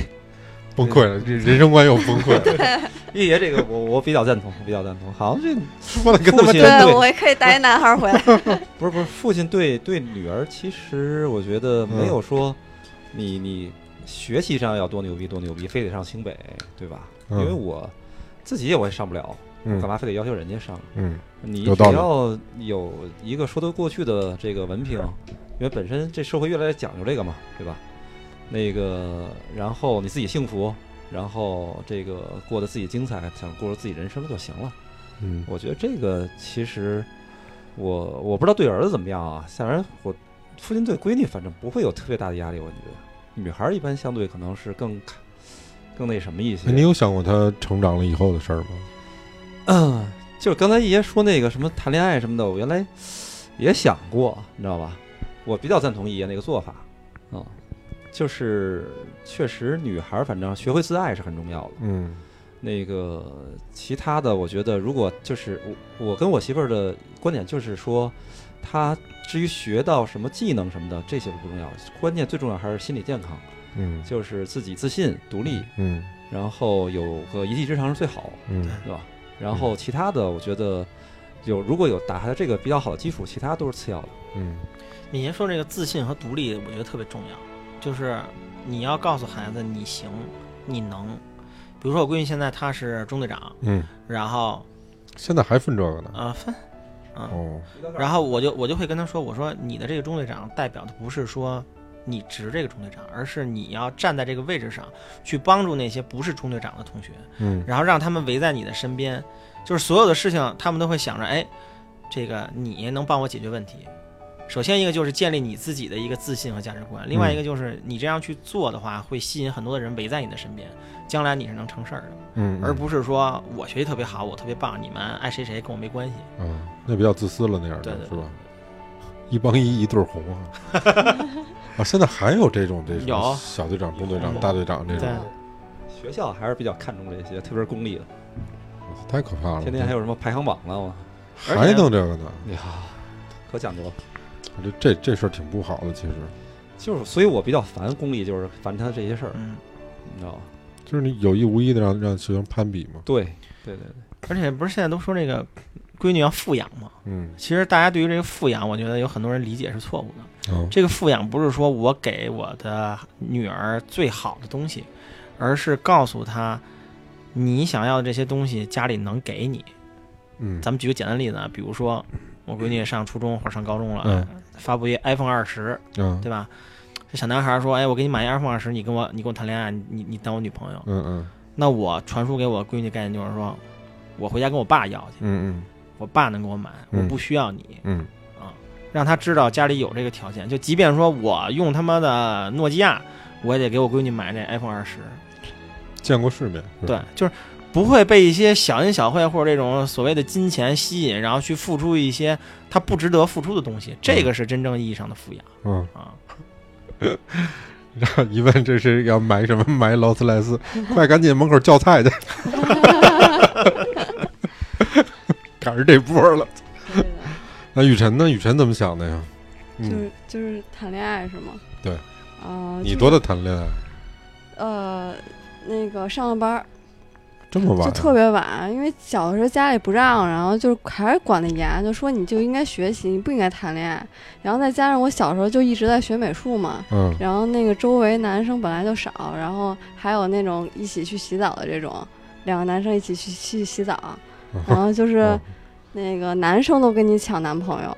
S2: 崩溃了，人人生观又崩溃了，
S5: 叶 爷这个我我比较赞同，我比较赞同。好像这
S2: 说的跟他妈
S5: 父亲
S4: 对
S5: 对
S4: 我也可以带一男孩回 来。
S5: 不是不是，父亲对对女儿，其实我觉得没有说你你学习上要多牛逼多牛逼，非得上清北，对吧？
S2: 嗯
S5: 因为我自己也我也上不了，
S2: 嗯
S5: 干嘛非得要求人家上？
S2: 嗯
S5: 你
S2: 有
S5: 只
S2: 道理
S5: 要有一个说得过去的这个文凭，因为本身这社会越来越讲究这个嘛，对吧？那个，然后你自己幸福，然后这个过得自己精彩，想过着自己人生就行了。
S2: 嗯，
S5: 我觉得这个其实我我不知道对儿子怎么样啊，显然我父亲对闺女反正不会有特别大的压力，我觉得女孩儿一般相对可能是更更那什么一些。
S2: 哎你有想过他成长了以后的事儿吗？
S5: 嗯，就是刚才爷说那个什么谈恋爱什么的，我原来也想过，你知道吧？我比较赞同爷那个做法，嗯，就是确实女孩儿反正学会自爱是很重要的。
S2: 嗯
S5: 那个其他的，我觉得如果就是我我跟我媳妇儿的观点就是说，她至于学到什么技能什么的，这些都不重要，关键最重要还是心理健康，
S2: 嗯
S5: 就是自己自信、独立，
S2: 嗯
S5: 然后有个一技之长是最好。
S2: 嗯
S5: 对吧？然后其他的，我觉得有如果有打下这个比较好的基础，其他都是次要的。
S2: 嗯
S1: 你先说这个自信和独立，我觉得特别重要，就是你要告诉孩子你行，你能。比如说我闺女现在她是中队长，
S2: 嗯，
S1: 然后
S2: 现在还分这个呢？
S1: 呃分，啊、
S2: 哦，
S1: 然后我就我就会跟她说，我说你的这个中队长代表的不是说你值这个中队长，而是你要站在这个位置上去帮助那些不是中队长的同学，
S2: 嗯
S1: 然后让他们围在你的身边，就是所有的事情他们都会想着，哎，这个你能帮我解决问题。首先一个就是建立你自己的一个自信和价值观，另外一个就是你这样去做的话，会吸引很多的人围在你的身边，将来你是能成事儿的，
S2: 嗯，
S1: 而不是说我学习特别好，我特别棒，你们爱谁谁跟我没关系。
S2: 啊，那比较自私了，那样
S1: 对
S2: 的
S1: 对
S2: 是
S1: 对
S2: 吧？一帮一，一对儿红啊！啊，现在还有这种这种
S1: 有
S2: 小队长、中队长、
S1: 有
S2: 大队长这
S1: 对
S2: 种，
S5: 学校还是比较看重这些，特别是公立的，
S2: 太可怕了！
S5: 天天还有什么排行榜了嘛？
S1: 而
S2: 还
S1: 且
S2: 弄这个呢？
S5: 呀， 可讲究了。
S2: 这这这事儿挺不好的，其实
S5: 就是，所以我比较烦公立，就是烦他这些事儿，
S1: 嗯，
S5: 你知道吧？
S2: 就是你有意无意的让让学生攀比嘛。
S5: 对，对对对，
S1: 而且不是现在都说这个闺女要富养吗？
S2: 嗯，
S1: 其实大家对于这个富养，我觉得有很多人理解是错误的。
S2: 哦，
S1: 这个富养不是说我给我的女儿最好的东西，而是告诉她，你想要的这些东西家里能给你。
S2: 嗯，
S1: 咱们举个简单例子啊，比如说我闺女上初中或者上高中了，
S2: 嗯
S1: 发布一 iPhone 二十，
S2: 嗯
S1: 对吧？这小男孩说：“哎，我给你买一 iPhone 二十，你跟我你跟我谈恋爱，你你当我女朋友。
S2: 嗯嗯”
S1: 那我传输给我闺女概念就是说，我回家跟我爸要去，
S2: 嗯
S1: 我爸能给我买，我不需要你。
S2: 嗯
S1: 啊，让他知道家里有这个条件。就即便说我用他妈的诺基亚，我也得给我闺女买这 iPhone 二十。
S2: 嗯，见过世面。是
S1: 对
S2: 吧，，
S1: 就是不会被一些小恩小惠或者这种所谓的金钱吸引，然后去付出一些他不值得付出的东
S5: 嗯
S1: 西。这个是真正意义上的富养
S2: 嗯，
S1: 啊！
S2: 然后一问这是要买什么？买劳斯莱斯， 快赶紧门口叫菜去， 赶上这波了。
S4: 对的
S2: 那雨辰呢？雨辰怎么想的呀？
S4: 就
S2: 嗯，
S4: 是就是谈恋爱是吗？
S2: 对。
S4: 啊、
S2: 你
S4: 就
S2: 多大谈恋爱？
S4: 呃，那个上了班儿
S2: 这么晚
S4: 就
S2: 啊？
S4: 特别晚，因为小的时候家里不让，然后就是还是管得严，就说你就应该学习，你不应该谈恋爱。然后再加上我小时候就一直在学美术嘛，
S2: 嗯
S4: 然后那个周围男生本来就少，然后还有那种一起去洗澡的这种，两个男生一起去去洗澡，然后就是
S2: 嗯
S4: 那个男生都跟你抢男 朋友。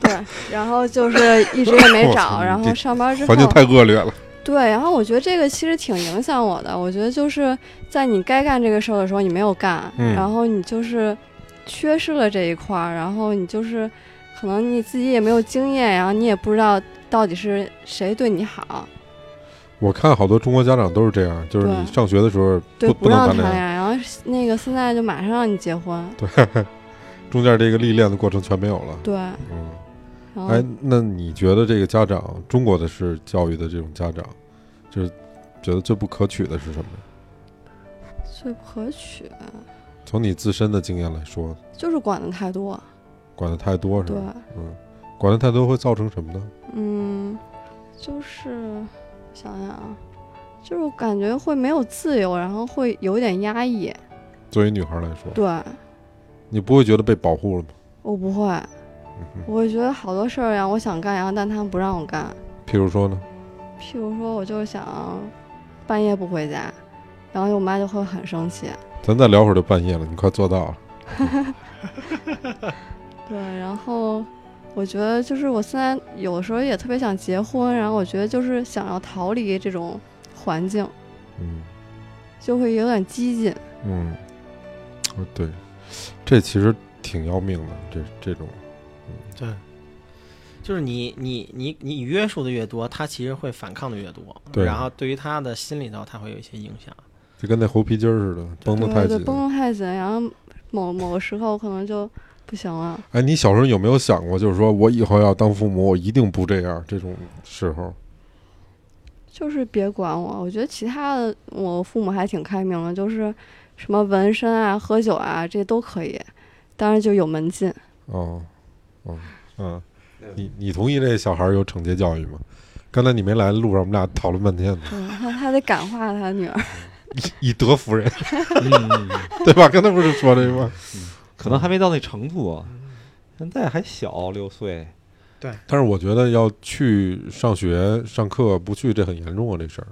S4: 对，然后就是一直也没
S2: 我操
S4: 找，
S2: 你
S4: 然
S2: 这
S4: 后上班之后
S2: 环境太恶劣了。
S4: 对，然后我觉得这个其实挺影响我的。我觉得就是在你该干这个事儿的时候，你没有干，
S2: 嗯
S4: 然后你就是缺失了这一块儿，然后你就是可能你自己也没有经验，然后你也不知道到底是谁对你好，
S2: 我看好多中国家长都是这样，就是你
S4: 对
S2: 上学的时候
S4: 对，
S2: 不不能
S4: 让
S2: 谈
S4: 谈
S2: 恋
S4: 恋爱，
S2: 爱，
S4: 然后那个现在就马上让你结婚，
S2: 中间这个历练的过程全没有了。
S4: 对，
S2: 嗯，
S4: 然后
S2: 哎，那你觉得这个家长，中国的是教育的这种家长，就是觉得最不可取的是什么？
S4: 最不可取
S2: 从你自身的经验来说，
S4: 就是管的太多，
S2: 管的太多是
S4: 对，
S2: 吧？嗯，管的太多会造成什么呢？
S4: 嗯，就是想想啊，就是我感觉会没有自由，然后会有点压抑，
S2: 作为女孩来说，
S4: 对。
S2: 你不会觉得被保护了吗？
S4: 我不会，
S2: 嗯哼，
S4: 我会觉得好多事儿呀，我想干，然后但他们不让我干。
S2: 譬如说呢？
S4: 譬如说，我就是想半夜不回家，然后我妈就会很生气。
S2: 咱再聊会儿就半夜了，你快做到了。
S4: 对，然后我觉得就是我现在有的时候也特别想结婚，然后我觉得就是想要逃离这种环境，
S2: 嗯
S4: 就会有点激进。
S2: 嗯，哦对，这其实挺要命的，这这种，
S1: 对，就是你你你你约束的越多，他其实会反抗的越多，
S2: 对
S1: 然后对于他的心里头，他会有一些影响。
S2: 就跟那猴皮筋儿似的，绷得太
S4: 对对，
S2: 紧。
S4: 绷得太紧，然后某某个时候可能就不行了。
S2: 哎，你小时候有没有想过，就是说我以后要当父母，我一定不这样？这种时候，
S4: 就是别管我，我觉得其他的我父母还挺开明的，就是什么纹身啊、喝酒啊这都可以，当然就有门禁。
S2: 哦，哦，嗯，你你同意这小孩儿有惩戒教育吗？刚才你没来的路上，我们俩讨论半天呢，
S4: 对，他他得感化他女儿。
S2: 以德服人，
S5: 嗯，
S2: 对吧？刚才不是说这个吗？
S5: 可能还没到那程度啊，现在还小六岁，
S2: 嗯但是我觉得要去上学上课不去，这很严重啊，这事儿。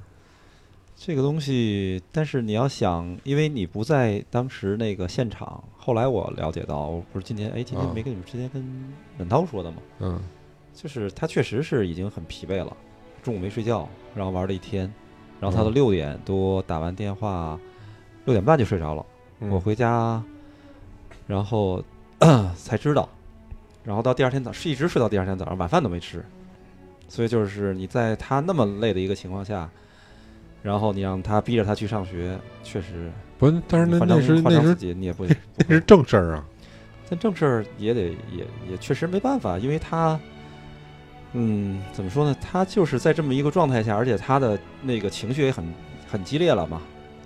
S5: 这个东西，但是你要想，因为你不在当时那个现场。后来我了解到，我不是今天，哎，今天
S2: 啊
S5: 没跟你们之前跟本涛说的吗？
S2: 嗯，
S5: 就是他确实是已经很疲惫了，中午没睡觉，然后玩了一天，然后他都
S2: 嗯
S5: 六点多打完电话，六点半就睡着了。
S2: 嗯
S5: 我回家，啊然后 才知道，然后到第二天早是一直睡到第二天早上，晚饭都没吃，所以就是你在他那么累的一个情况下，然后你让他逼着他去上学，确实，
S2: 不是，但是那
S5: 你换
S2: 那
S5: 成
S2: 是
S5: 换
S2: 那
S5: 成自
S2: 是
S5: 己你也不
S2: 那
S5: 那
S2: 是正事儿啊。
S5: 但正事儿也得也也确实没办法，因为他，嗯，怎么说呢？他就是在这么一个状态下，而且他的那个情绪也很很激烈了嘛，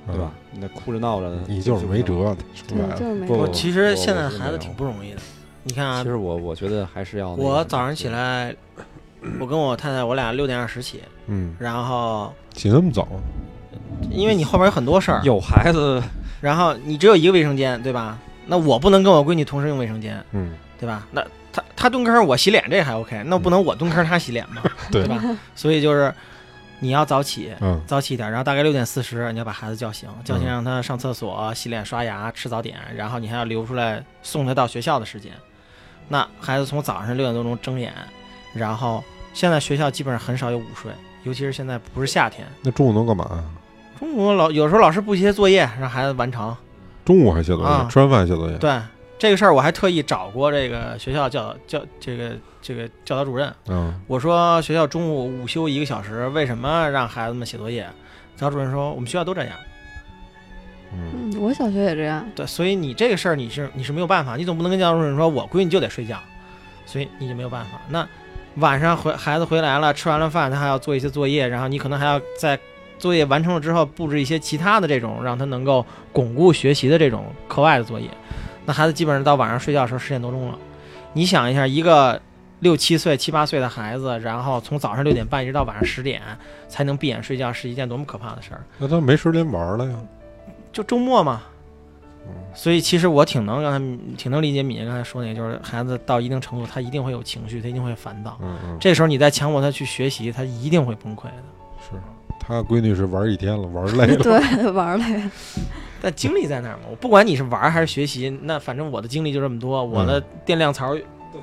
S5: 对吧？那哭着闹着，
S2: 嗯？你就是没
S5: 不行了。
S2: 辙，说
S4: 对
S2: 白，
S4: 就
S2: 了。
S4: 是没
S5: 不
S4: 有
S5: 我
S1: 我
S5: 不
S1: 其实现在
S5: 我
S1: 的
S5: 是
S1: 孩
S5: 没
S1: 子
S5: 有
S1: 挺不容易的，你看啊
S5: 其，实我我觉得还是要那个
S1: 我
S5: 什么
S1: 早上起，来，我跟我太太，我俩六点二十起，
S2: 嗯，
S1: 然后
S2: 起那么早啊，
S1: 因为你后边有很多事儿，
S5: 有孩子
S1: 然后你只有一个卫生间，对吧？那我不能跟我闺女同时用卫生间，
S2: 嗯，
S1: 对吧？那她她蹲坑儿我洗脸这还 OK，那不能我蹲坑儿她洗脸 嘛，
S2: 对
S1: 对吧？所以就是你要早起，
S2: 嗯
S1: 早起一点，然后大概六点四十你要把孩子叫醒，叫醒
S2: 嗯
S1: 让他上厕所、洗脸、刷牙、吃早点，然后你还要留出来送他到学校的时间。那孩子从早上六点多钟睁眼，然后现在学校基本上很少有午睡，尤其是现在不是夏天，
S2: 那中午能干嘛啊？
S1: 中午老有时候老师布一些作业让孩子完成，
S2: 中午还写作业，
S1: 啊
S2: 吃完饭还写作业。
S1: 对这个事儿，我还特意找过这个学校教教这个这个教导主任，
S2: 嗯，
S1: 我说学校中午午休一个小时，为什么让孩子们写作业？教导主任说我们学校都这样。
S2: 嗯
S4: 嗯，我小学也这样。
S1: 对，所以你这个事儿你是你是没有办法，你总不能跟教导主任说我闺女就得睡觉，所以你就没有办法。那晚上回孩子回来了，吃完了饭，他还要做一些作业，然后你可能还要在作业完成了之后布置一些其他的这种让他能够巩固学习的这种课外的作业。那孩子基本上到晚上睡觉的时候十点多钟了，你想一下，一个六七岁、七八岁的孩子，然后从早上六点半一直到晚上十点才能闭眼睡觉，是一件多么可怕的事儿！
S2: 那他没时间玩儿了呀。
S1: 就周末嘛
S2: 嗯。
S1: 所以其实我挺能让他，挺能理解敏爷刚才说那个，就是孩子到一定程度，他一定会有情绪，他一定会烦躁。
S2: 嗯嗯，
S1: 这时候你再强迫他去学习，他一定会崩溃的。
S2: 是他闺女是玩儿一天了，玩儿 累了。
S4: 对，玩儿累了。
S1: 但精力在那儿嘛，我不管你是玩儿还是学习，那反正我的精力就这么多，我的电量槽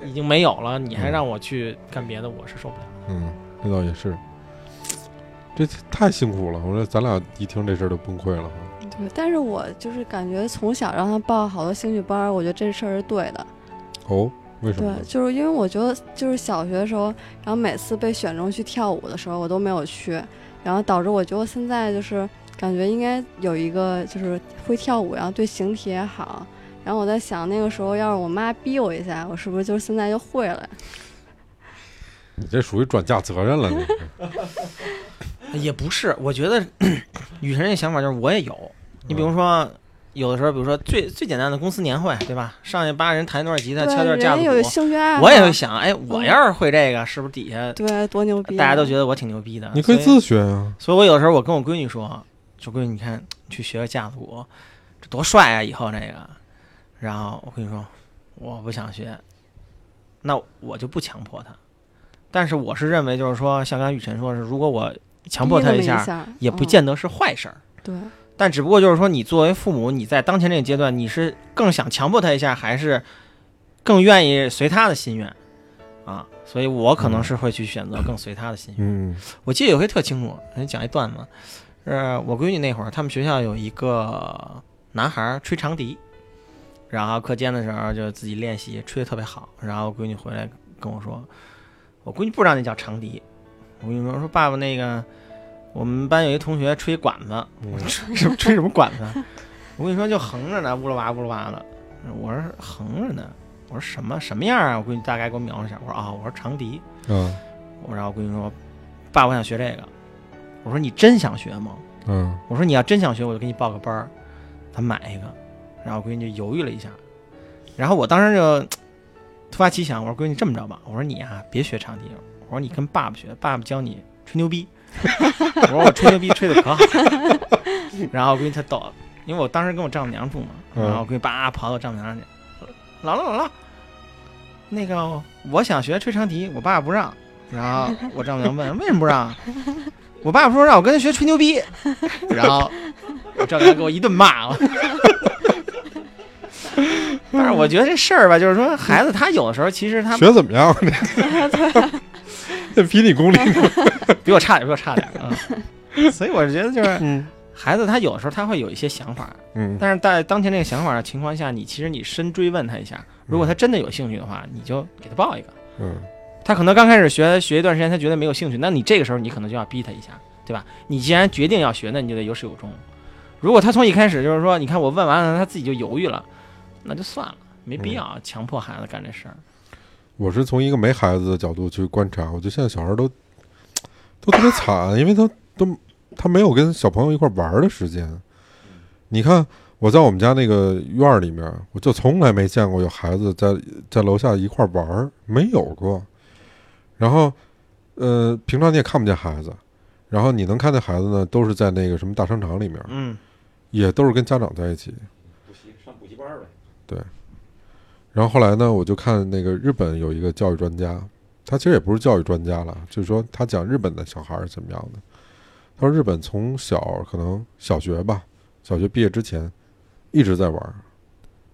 S1: 已经没有了，你还让我去干别的，我是受不了的。
S2: 嗯，这倒也是，这太辛苦了。我说咱俩一听这事儿都崩溃了。
S4: 对，但是我就是感觉从小让他报好多兴趣班儿，我觉得这事儿是对的。
S2: 哦，为什么呢？，
S4: 对就是因为我觉得就是小学的时候，然后每次被选中去跳舞的时候，我都没有去，然后导致我觉得我现在就是感觉应该有一个就是会跳舞，然后对形体也好。然后我在想，那个时候要是我妈逼我一下，我是不是就是现在就会了？
S2: 你这属于转嫁责任 了。你
S1: 哎也不是，我觉得 雨辰这想法就是我也有，你比如说。有的时候，比如说最最简单的公司年会，对吧？上去八人弹一段吉他，敲一段
S4: 人
S1: 架
S4: 家
S1: 子
S4: 有
S1: 鼓，
S4: 兴趣爱好，
S1: 我也会想，哎，我要是会这个，是不是底下
S4: 嗯对，多牛逼啊！
S1: 大家都觉得我挺牛逼的？
S2: 你可以
S1: 所以，
S2: 自学啊。
S1: 所以我有时候我跟我闺女说，说闺女，你看去学个架子鼓，这多帅啊！以后这个，然后我闺女说我不想学，那我就不强迫她。但是我是认为，就是说，像刚才雨辰说的是，如果我强迫
S4: 逼
S1: 她
S4: 那么一
S1: 下，
S4: 下
S1: 也不
S4: 嗯
S1: 见得是坏事儿。
S4: 对。
S1: 但只不过就是说，你作为父母，你在当前这个阶段，你是更想强迫他一下，还是更愿意随他的心愿啊，所以我可能是会去选择更随他的心愿。
S2: 嗯
S1: 我记得有回特清楚，人讲一段子，是我闺女那会儿，他们学校有一个男孩儿吹长笛，然后课间的时候就自己练习，吹的特别好。然后我闺女回来跟我说，我闺女不知道那叫长笛，我闺女说说爸爸那个我们班有一同学吹管子，
S2: 嗯
S1: 我说什么吹什么管子？ 我跟你说就横着呢，呜啦哇呜啦哇的。我说横着呢，我说什么什么样啊？我闺女大概给我描述一下，我说啊、我说长笛。
S2: 啊
S1: 我然后我闺女说：“爸，我想学这个。”我说：“你真想学吗
S2: 嗯？”
S1: 我说：“你要真想学，我就给你报个班儿，咱买一个。”然后我闺女就犹豫了一下，然后我当时就突发奇想，我说：“闺女，这么着吧，我说你啊，别学长笛，我说你跟爸爸学，爸爸教你吹牛逼。” 我说：“我吹牛逼吹的可好。”然后我闺女她逗了，因为我当时跟我丈母娘住嘛，
S2: 嗯
S1: 然后我闺女叭跑到我丈母娘那去，姥姥姥姥，那个我想学吹长笛，我爸不让。然后我丈母娘问为什么不让？我爸说让我跟他学吹牛逼， 然后我丈母娘给我一顿骂啊了。 但是我觉得这事儿吧，就是说孩子他有的时候其实他
S2: 学怎么 样？这比你功力
S1: 比我差点，比我差 点啊。嗯所以我觉得就是
S2: 嗯
S1: 孩子他有的时候他会有一些想法，
S2: 嗯
S1: 但是在当前这个想法的情况下，你其实你深追问他一下，如果他真的有兴趣的话，你就给他报一个。
S2: 嗯
S1: 他可能刚开始学学一段时间，他觉得没有兴趣，那你这个时候你可能就要逼他一下，对吧？你既然决定要学，那你就得有始有终。如果他从一开始就是说，你看我问完了，他自己就犹豫了，那就算了，没必要强迫孩子干这事儿。
S2: 我是从一个没孩子的角度去观察，我觉得现在小孩都都特别惨，因为他都他没有跟小朋友一块玩儿的时间。你看我在我们家那个院儿里面，我就从来没见过有孩子在在楼下一块玩儿，没有过。然后，呃，平常你也看不见孩子，然后你能看见孩子呢，都是在那个什么大商场里面，
S1: 嗯，
S2: 也都是跟家长在一起。
S5: 补习上补习班呗。
S2: 然后后来呢，我就看那个日本有一个教育专家，他其实也不是教育专家了，就是说他讲日本的小孩儿是怎么样的。他说日本从小可能小学吧，小学毕业之前一直在玩儿，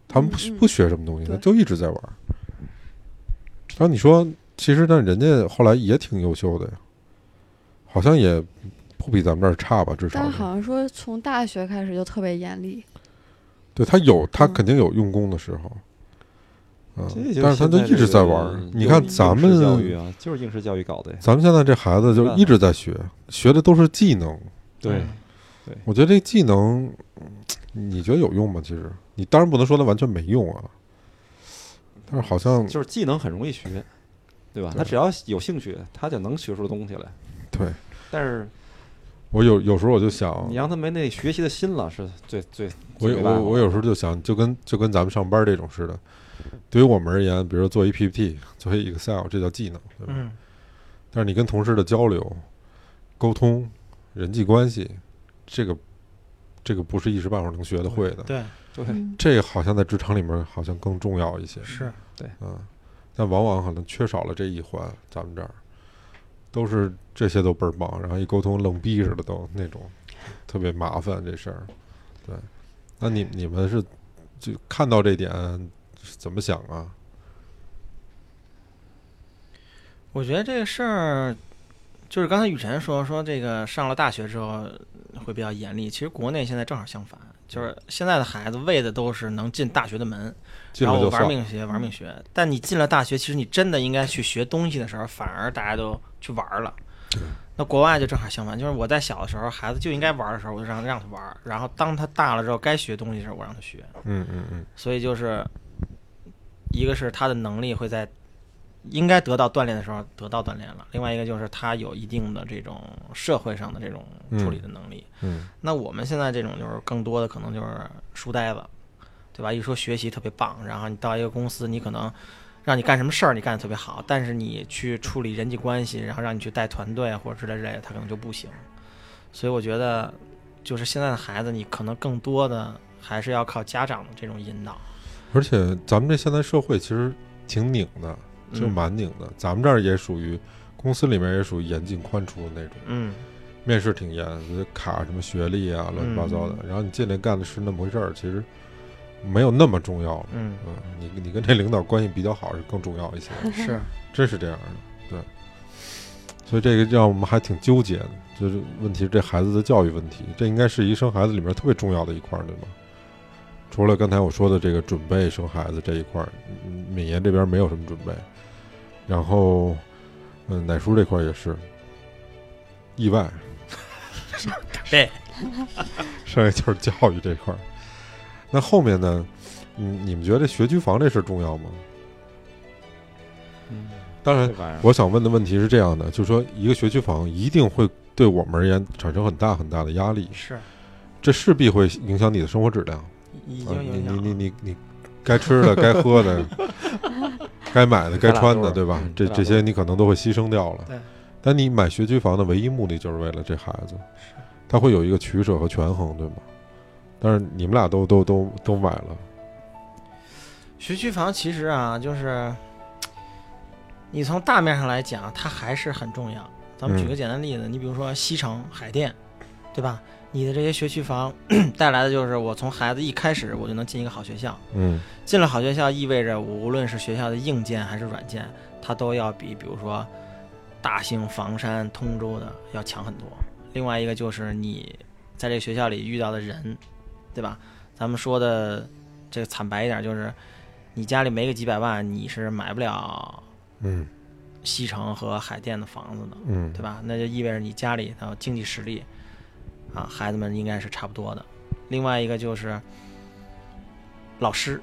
S2: 他们不
S4: 嗯嗯
S2: 不学什么东西，他
S4: 对
S2: 就一直在玩儿。然后你说，其实呢，人家后来也挺优秀的呀，好像也不比咱们这儿差吧，至少
S4: 但
S2: 是
S4: 是好像说从大学开始就特别严厉，
S2: 对他有，他
S4: 嗯
S2: 肯定有用功的时候。嗯
S5: 这，就
S2: 但是他
S5: 现
S2: 就
S5: 在
S2: 一直
S5: 这
S2: 在
S5: 个
S2: 玩儿。你
S5: 应
S2: 看
S5: 应试
S2: 咱们
S5: 教育啊，就是应试教育搞的呀。
S2: 咱们现在这孩子就一直在学，学的都是技能。
S5: 对，
S2: 我觉得这技能，嗯你觉得有用吗？其实你当然不能说它完全没用啊，但是好像
S5: 嗯就是技能很容易学，对吧？
S2: 对
S5: 他只要有兴趣，他就能学出东西来。
S2: 对
S5: 但是
S2: 我有有时候我就想
S5: 你，让他没那学习的心了，是最最
S2: 哦我
S5: 最
S2: 有
S5: 没办法
S2: 我我有时候就想，就跟就跟咱们上班这种似的，对于我们而言，比如说做一 PPT，做一 Excel，这叫技能，对吧？
S1: 嗯，
S2: 但是你跟同事的交流、沟通、人际关系，这个这个不是一时半会儿能学得会的。
S1: 对，
S5: 对
S4: 嗯，
S2: 这好像在职场里面好像更重要一些。
S1: 是
S2: 嗯，但往往可能缺少了这一环，咱们这儿都是这些都倍儿棒，然后一沟通愣逼似的都那种，特别麻烦这事儿。对，那你你们是就看到这点是怎么想啊？
S1: 我觉得这个事儿，就是刚才雨辰说说这个上了大学之后会比较严厉，其实国内现在正好相反，就是现在的孩子为的都是能进大学的门，
S2: 进
S1: 然
S2: 来
S1: 后
S2: 就
S1: 玩
S2: 算，
S1: 命学，玩命学。但你进了大学，其实你真的应该去学东西的时候，反而大家都去玩了。那国外就正好相反，就是我在小的时候，孩子就应该玩的时候，我就让让他玩；然后当他大了之后，该学东西的时候，我让他学。
S2: 嗯嗯嗯，
S1: 所以就是，一个是他的能力会在应该得到锻炼的时候得到锻炼了，另外一个就是他有一定的这种社会上的这种处理的能力。
S2: 嗯
S1: 那我们现在这种就是更多的可能就是书呆子，对吧？一说学习特别棒，然后你到一个公司，你可能让你干什么事儿你干得特别好，但是你去处理人际关系，然后让你去带团队或者之类之类的，他可能就不行。所以我觉得，就是现在的孩子，你可能更多的还是要靠家长的这种引导。
S2: 而且咱们这现在社会其实挺拧的，就
S1: 嗯
S2: 蛮拧的。咱们这儿也属于公司里面也属于严进宽出的那种，
S1: 嗯，
S2: 面试挺严，就是卡什么学历啊，乱七八糟的。然后你进来干的是那么回事儿，其实没有那么重要了。
S1: 嗯，
S2: 嗯，你你跟这领导关系比较好是更重要一些，
S1: 是，
S2: 真是这样的。对，所以这个让我们还挺纠结的，就是问题是这孩子的教育问题，这应该是一生孩子里面特别重要的一块儿，对吗？除了刚才我说的这个准备生孩子这一块儿，嗯敏爷这边没有什么准备，然后，嗯，奶叔这块儿也是意外，
S1: 对，
S2: 剩下就是教育这块儿。那后面呢？嗯，你们觉得这学区房这事儿重要吗？
S5: 嗯，
S2: 当然
S5: 这，玩意儿
S2: 我想问的问题是这样的，就是说一个学区房一定会对我们而言产生很大很大的压力，
S1: 是，
S2: 这势必会影响你的生活质量。
S1: 已
S2: 啊
S1: 经
S2: 你
S1: 影响
S2: 你
S1: 了
S2: 你你你该 吃的、该喝的、该买的、该穿的，
S5: 咱俩都是
S2: 对吧
S5: 嗯？
S2: 这这
S5: 咱俩都是
S2: 些你可能都会牺牲掉了
S1: 对。
S2: 但你买学区房的唯一目的就是为了这孩子，他会有一个取舍和权衡，对吗？但是你们俩都都都都买了，
S1: 学区房其实啊，就是你从大面上来讲，它还是很重要。咱们举
S2: 嗯
S1: 个简单例子，你比如说西城、海淀，对吧？你的这些学区房 带来的就是，我从孩子一开始我就能进一个好学校，
S2: 嗯
S1: 进了好学校意味着我无论是学校的硬件还是软件，它都要比比如说大兴、房山、通州的要强很多。另外一个就是你在这个学校里遇到的人，对吧？咱们说的这个惨白一点，就是你家里没个几百万，你是买不了
S2: 嗯
S1: 西城和海淀的房子的。
S2: 嗯
S1: 对吧？那就意味着你家里的经济实力啊，孩子们应该是差不多的。另外一个就是老师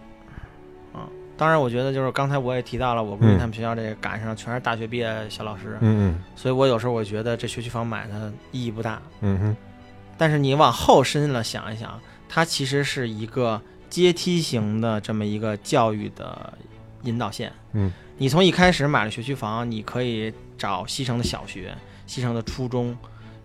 S1: 啊，当然我觉得就是刚才我也提到了，我估计
S2: 嗯
S1: 他们学校这个赶上全是大学毕业小老师，
S2: 嗯
S1: 所以我有时候我觉得这学区房买它意义不大。
S2: 嗯嗯哼
S1: 但是你往后深了想一想，它其实是一个阶梯型的这么一个教育的引导线。
S2: 嗯，
S1: 你从一开始买了学区房，你可以找西城的小学、西城的初中、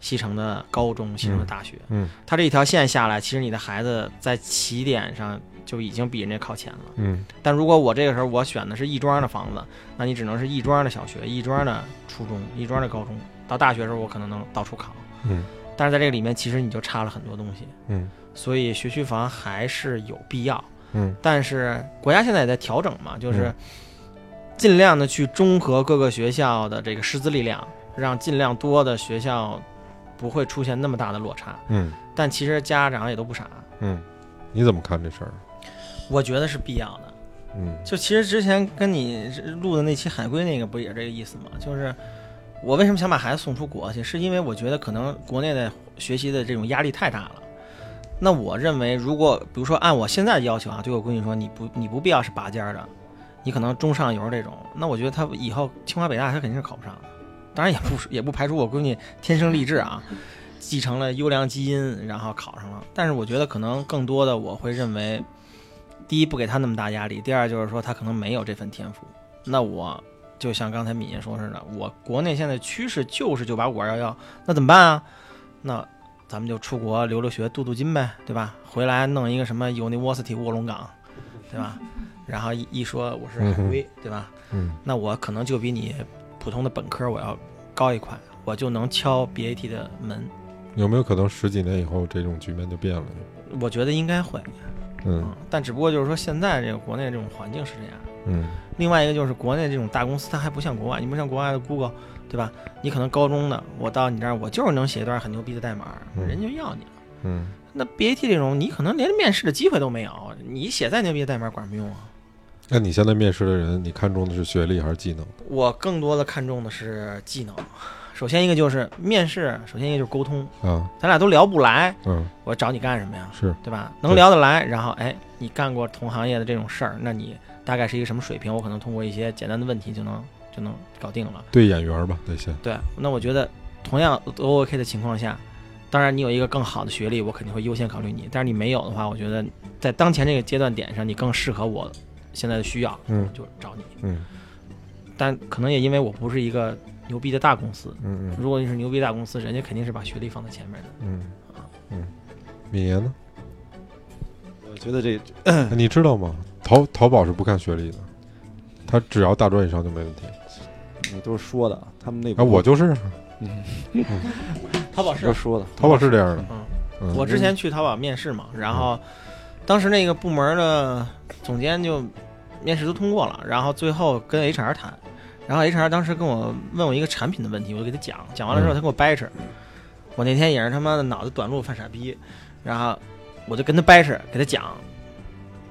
S1: 西城的高中、西城的大学。
S2: 嗯
S1: 它这一条线下来，其实你的孩子在起点上就已经比人家靠前了。
S2: 嗯
S1: 但如果我这个时候我选的是亦庄的房子，那你只能是亦庄的小学、亦庄的初中、亦庄的高中。到大学的时候，我可能能到处考。
S2: 嗯
S1: 但是在这个里面，其实你就差了很多东西，
S2: 嗯
S1: 所以学区房还是有必要。
S2: 嗯
S1: 但是国家现在也在调整嘛，就是尽量的去中和各个学校的这个师资力量，让尽量多的学校不会出现那么大的落差。
S2: 嗯
S1: 但其实家长也都不傻，
S2: 嗯，你怎么看这事儿？
S1: 我觉得是必要的。
S2: 嗯
S1: 就其实之前跟你录的那期海归那个不也这个意思吗？就是我为什么想把孩子送出国去，是因为我觉得可能国内的学习的这种压力太大了。那我认为，如果比如说按我现在的要求啊，对我闺女说你不你不必要是拔尖儿的，你可能中上游这种，那我觉得她以后清华北大她肯定是考不上的。当然也不 也不排除我闺女天生丽质啊，继承了优良基因，然后考上了。但是我觉得可能更多的我会认为，第一不给他那么大压力，第二就是说他可能没有这份天赋。那我就像刚才敏爷说似的，我国内现在趋势就是九八五二幺幺，那怎么办啊？那咱们就出国留留学镀镀金呗，对吧？回来弄一个什么 University 卧龙岗，对吧？然后一一说我是海归，对吧？
S2: 嗯
S1: 那我可能就比你普通的本科我要高一块，我就能敲 BAT 的门。
S2: 有没有可能十几年以后这种局面就变了？
S1: 我觉得应该会，
S2: 嗯
S1: 嗯，但只不过就是说现在这个国内这种环境是这样。
S2: 嗯
S1: 另外一个就是国内这种大公司，它还不像国外，你不像国外的 Google，对吧？你可能高中的，我到你这儿，我就是能写一段很牛逼的代码，
S2: 嗯
S1: 人就要你了。
S2: 嗯
S1: 那 BAT 这种，你可能连面试的机会都没有，你写再牛逼的代码管什么用啊？
S2: 那你现在面试的人，你看重的是学历还是技能？
S1: 我更多的看重的是技能。首先一个就是面试，首先一个就是沟通，
S2: 啊，
S1: 咱俩都聊不来，
S2: 嗯，
S1: 我找你干什么呀？
S2: 是，
S1: 对吧？能聊得来，然后哎，你干过同行业的这种事儿，那你大概是一个什么水平？我可能通过一些简单的问题就能就能搞定了。
S2: 对眼缘儿吧，得先，
S1: 对，那我觉得同样呃都 OK 的情况下，当然你有一个更好的学历，我肯定会优先考虑你。但是你没有的话，我觉得在当前这个阶段点上，你更适合我现在的需要，
S2: 嗯
S1: 就找你。
S2: 嗯
S1: 但可能也因为我不是一个牛逼的大公司，
S2: 嗯嗯
S1: 如果你是牛逼大公司，人家肯定是把学历放在前面的。
S2: 嗯嗯，敏爷呢？哎
S5: 我觉得这
S2: 你知道吗？淘淘宝是不看学历的，他只要大专以上就没问题。
S5: 你都是说的，他们那
S2: 啊，
S5: 边
S2: 我就是
S1: 淘宝
S5: 都说的，
S2: 淘宝是这样的，
S1: 嗯，
S2: 嗯
S1: 我之前去淘宝面试嘛，然后当时那个部门的总监就面试都通过了，然后最后跟 HR 谈，然后 HR 当时跟我问我一个产品的问题，我就给他讲，讲完了之后他给我掰扯，我那天也是他妈的脑子短路犯傻逼，然后我就跟他掰扯，给他讲，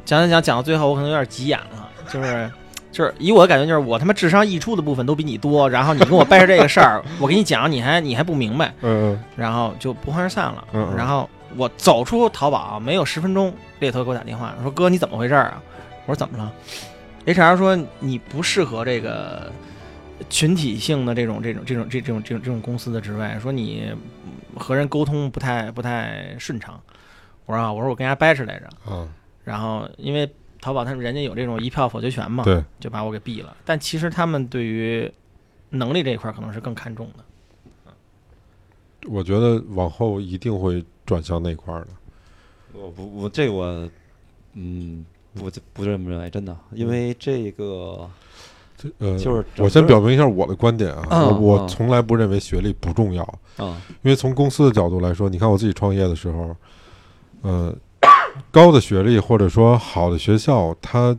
S1: 讲讲讲讲到最后我可能有点急眼了，就是。 就是以我的感觉，就是我他妈智商溢出的部分都比你多，然后你跟我掰扯这个事儿，我给你讲，你还你还不明白，
S2: 嗯
S1: 然后就不欢而散了。
S2: 嗯嗯
S1: 然后我走出淘宝没有十分钟，猎头给我打电话说：“哥，你怎么回事儿啊？”我说：“怎么了？”HR 说：“你不适合这个群体性的这种这种这种这种这种这种公司的职位，说你嗯和人沟通不太不太顺畅。”我说：“啊，我说我跟人家掰扯来着。
S2: 嗯啊，”
S1: 然后因为淘宝他们人家有这种一票否决权嘛，
S2: 对，
S1: 就把我给毙了。但其实他们对于能力这一块儿可能是更看重的。
S2: 我觉得往后一定会转向那块儿的。
S5: 我不，我这我，嗯，我就不这么认为，真的，因为这个
S2: 这呃，
S5: 就是整
S2: 我先
S5: 个
S2: 表明一下我的观点啊，
S5: 嗯
S2: 我我
S5: 嗯
S2: 从来不认为学历不重要，
S5: 啊，
S2: 因为从公司的角度来说，你看我自己创业的时候，呃，高的学历或者说好的学校，它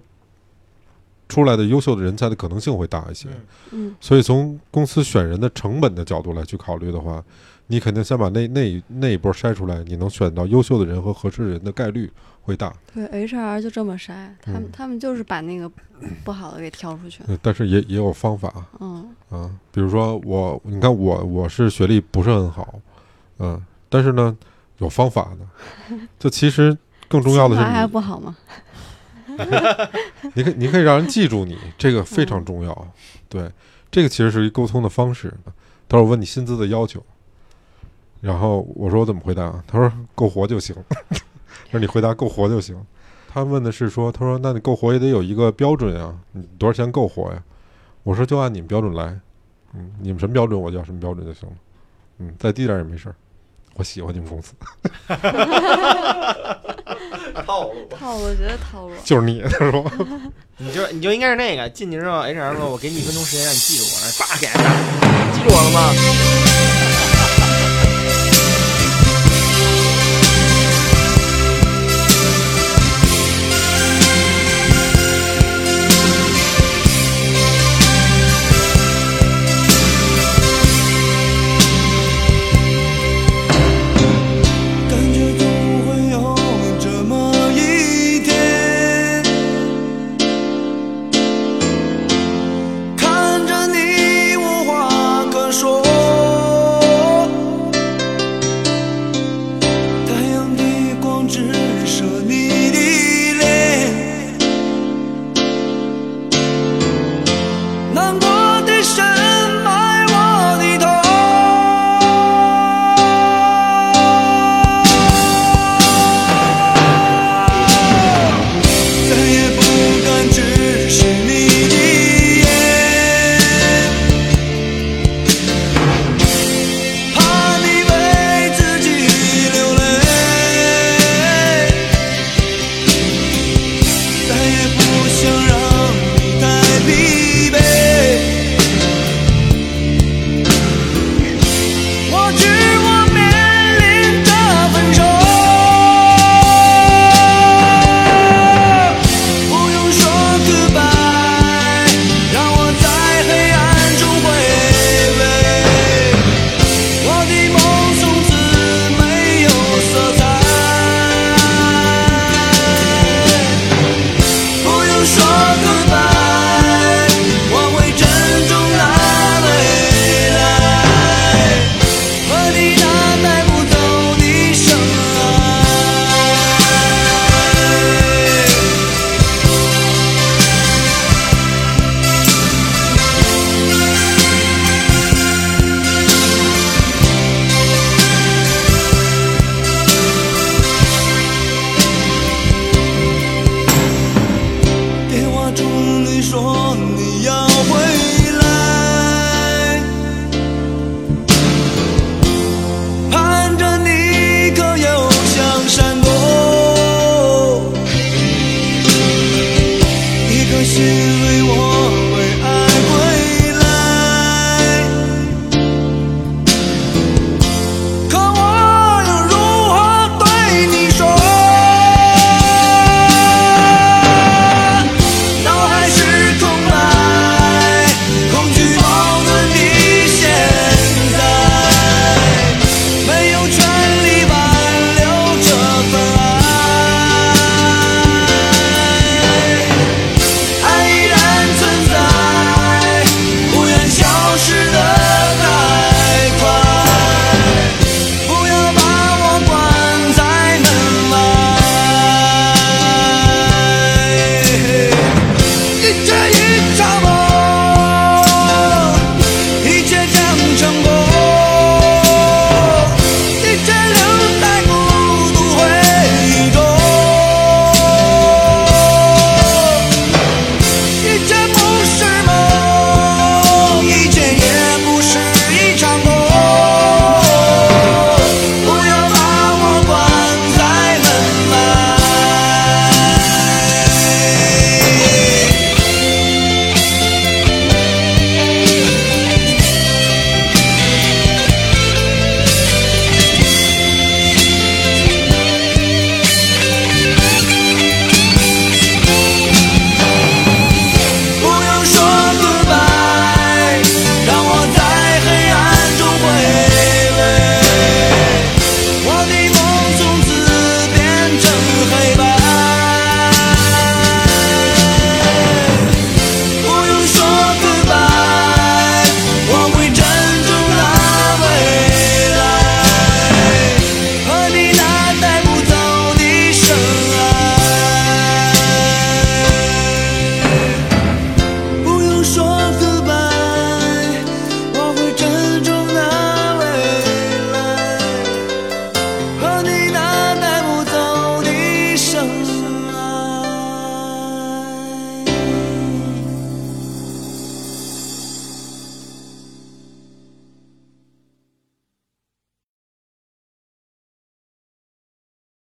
S2: 出来的优秀的人才的可能性会大一些。
S4: 嗯，
S2: 所以从公司选人的成本的角度来去考虑的话，你肯定先把那那那一波筛出来，你能选到优秀的人和合适的人的概率会大，
S4: 对，HR 就这么筛，他们
S2: 嗯
S4: 他们就是把那个不好的给挑出去。
S2: 呃但是也也有方法。
S4: 嗯，
S2: 啊，比如说我，你看我我是学历不是很好，嗯，但是呢有方法的。就其实更重要的
S4: 清华还
S2: 是
S4: 不好吗？
S2: 你，你可以你可以让人记住你，这个非常重要。对，这个其实是一沟通的方式。他说我问你薪资的要求，然后我说我怎么回答啊？他说够活就行。 那你回答够活就行。他问的是说，他说那你够活也得有一个标准呀，你多少钱够活呀？我说就按你们标准来，嗯，你们什么标准我就要什么标准就行了，嗯，再低点儿也没事儿。我喜欢你们公司，
S4: 套路，我觉得套路。
S2: 就是你，他说，
S1: 你就你就应该是那个进去之后，HR 说：“我给你一分钟时间让你记住我，然后叭给他打，记住我了吗？”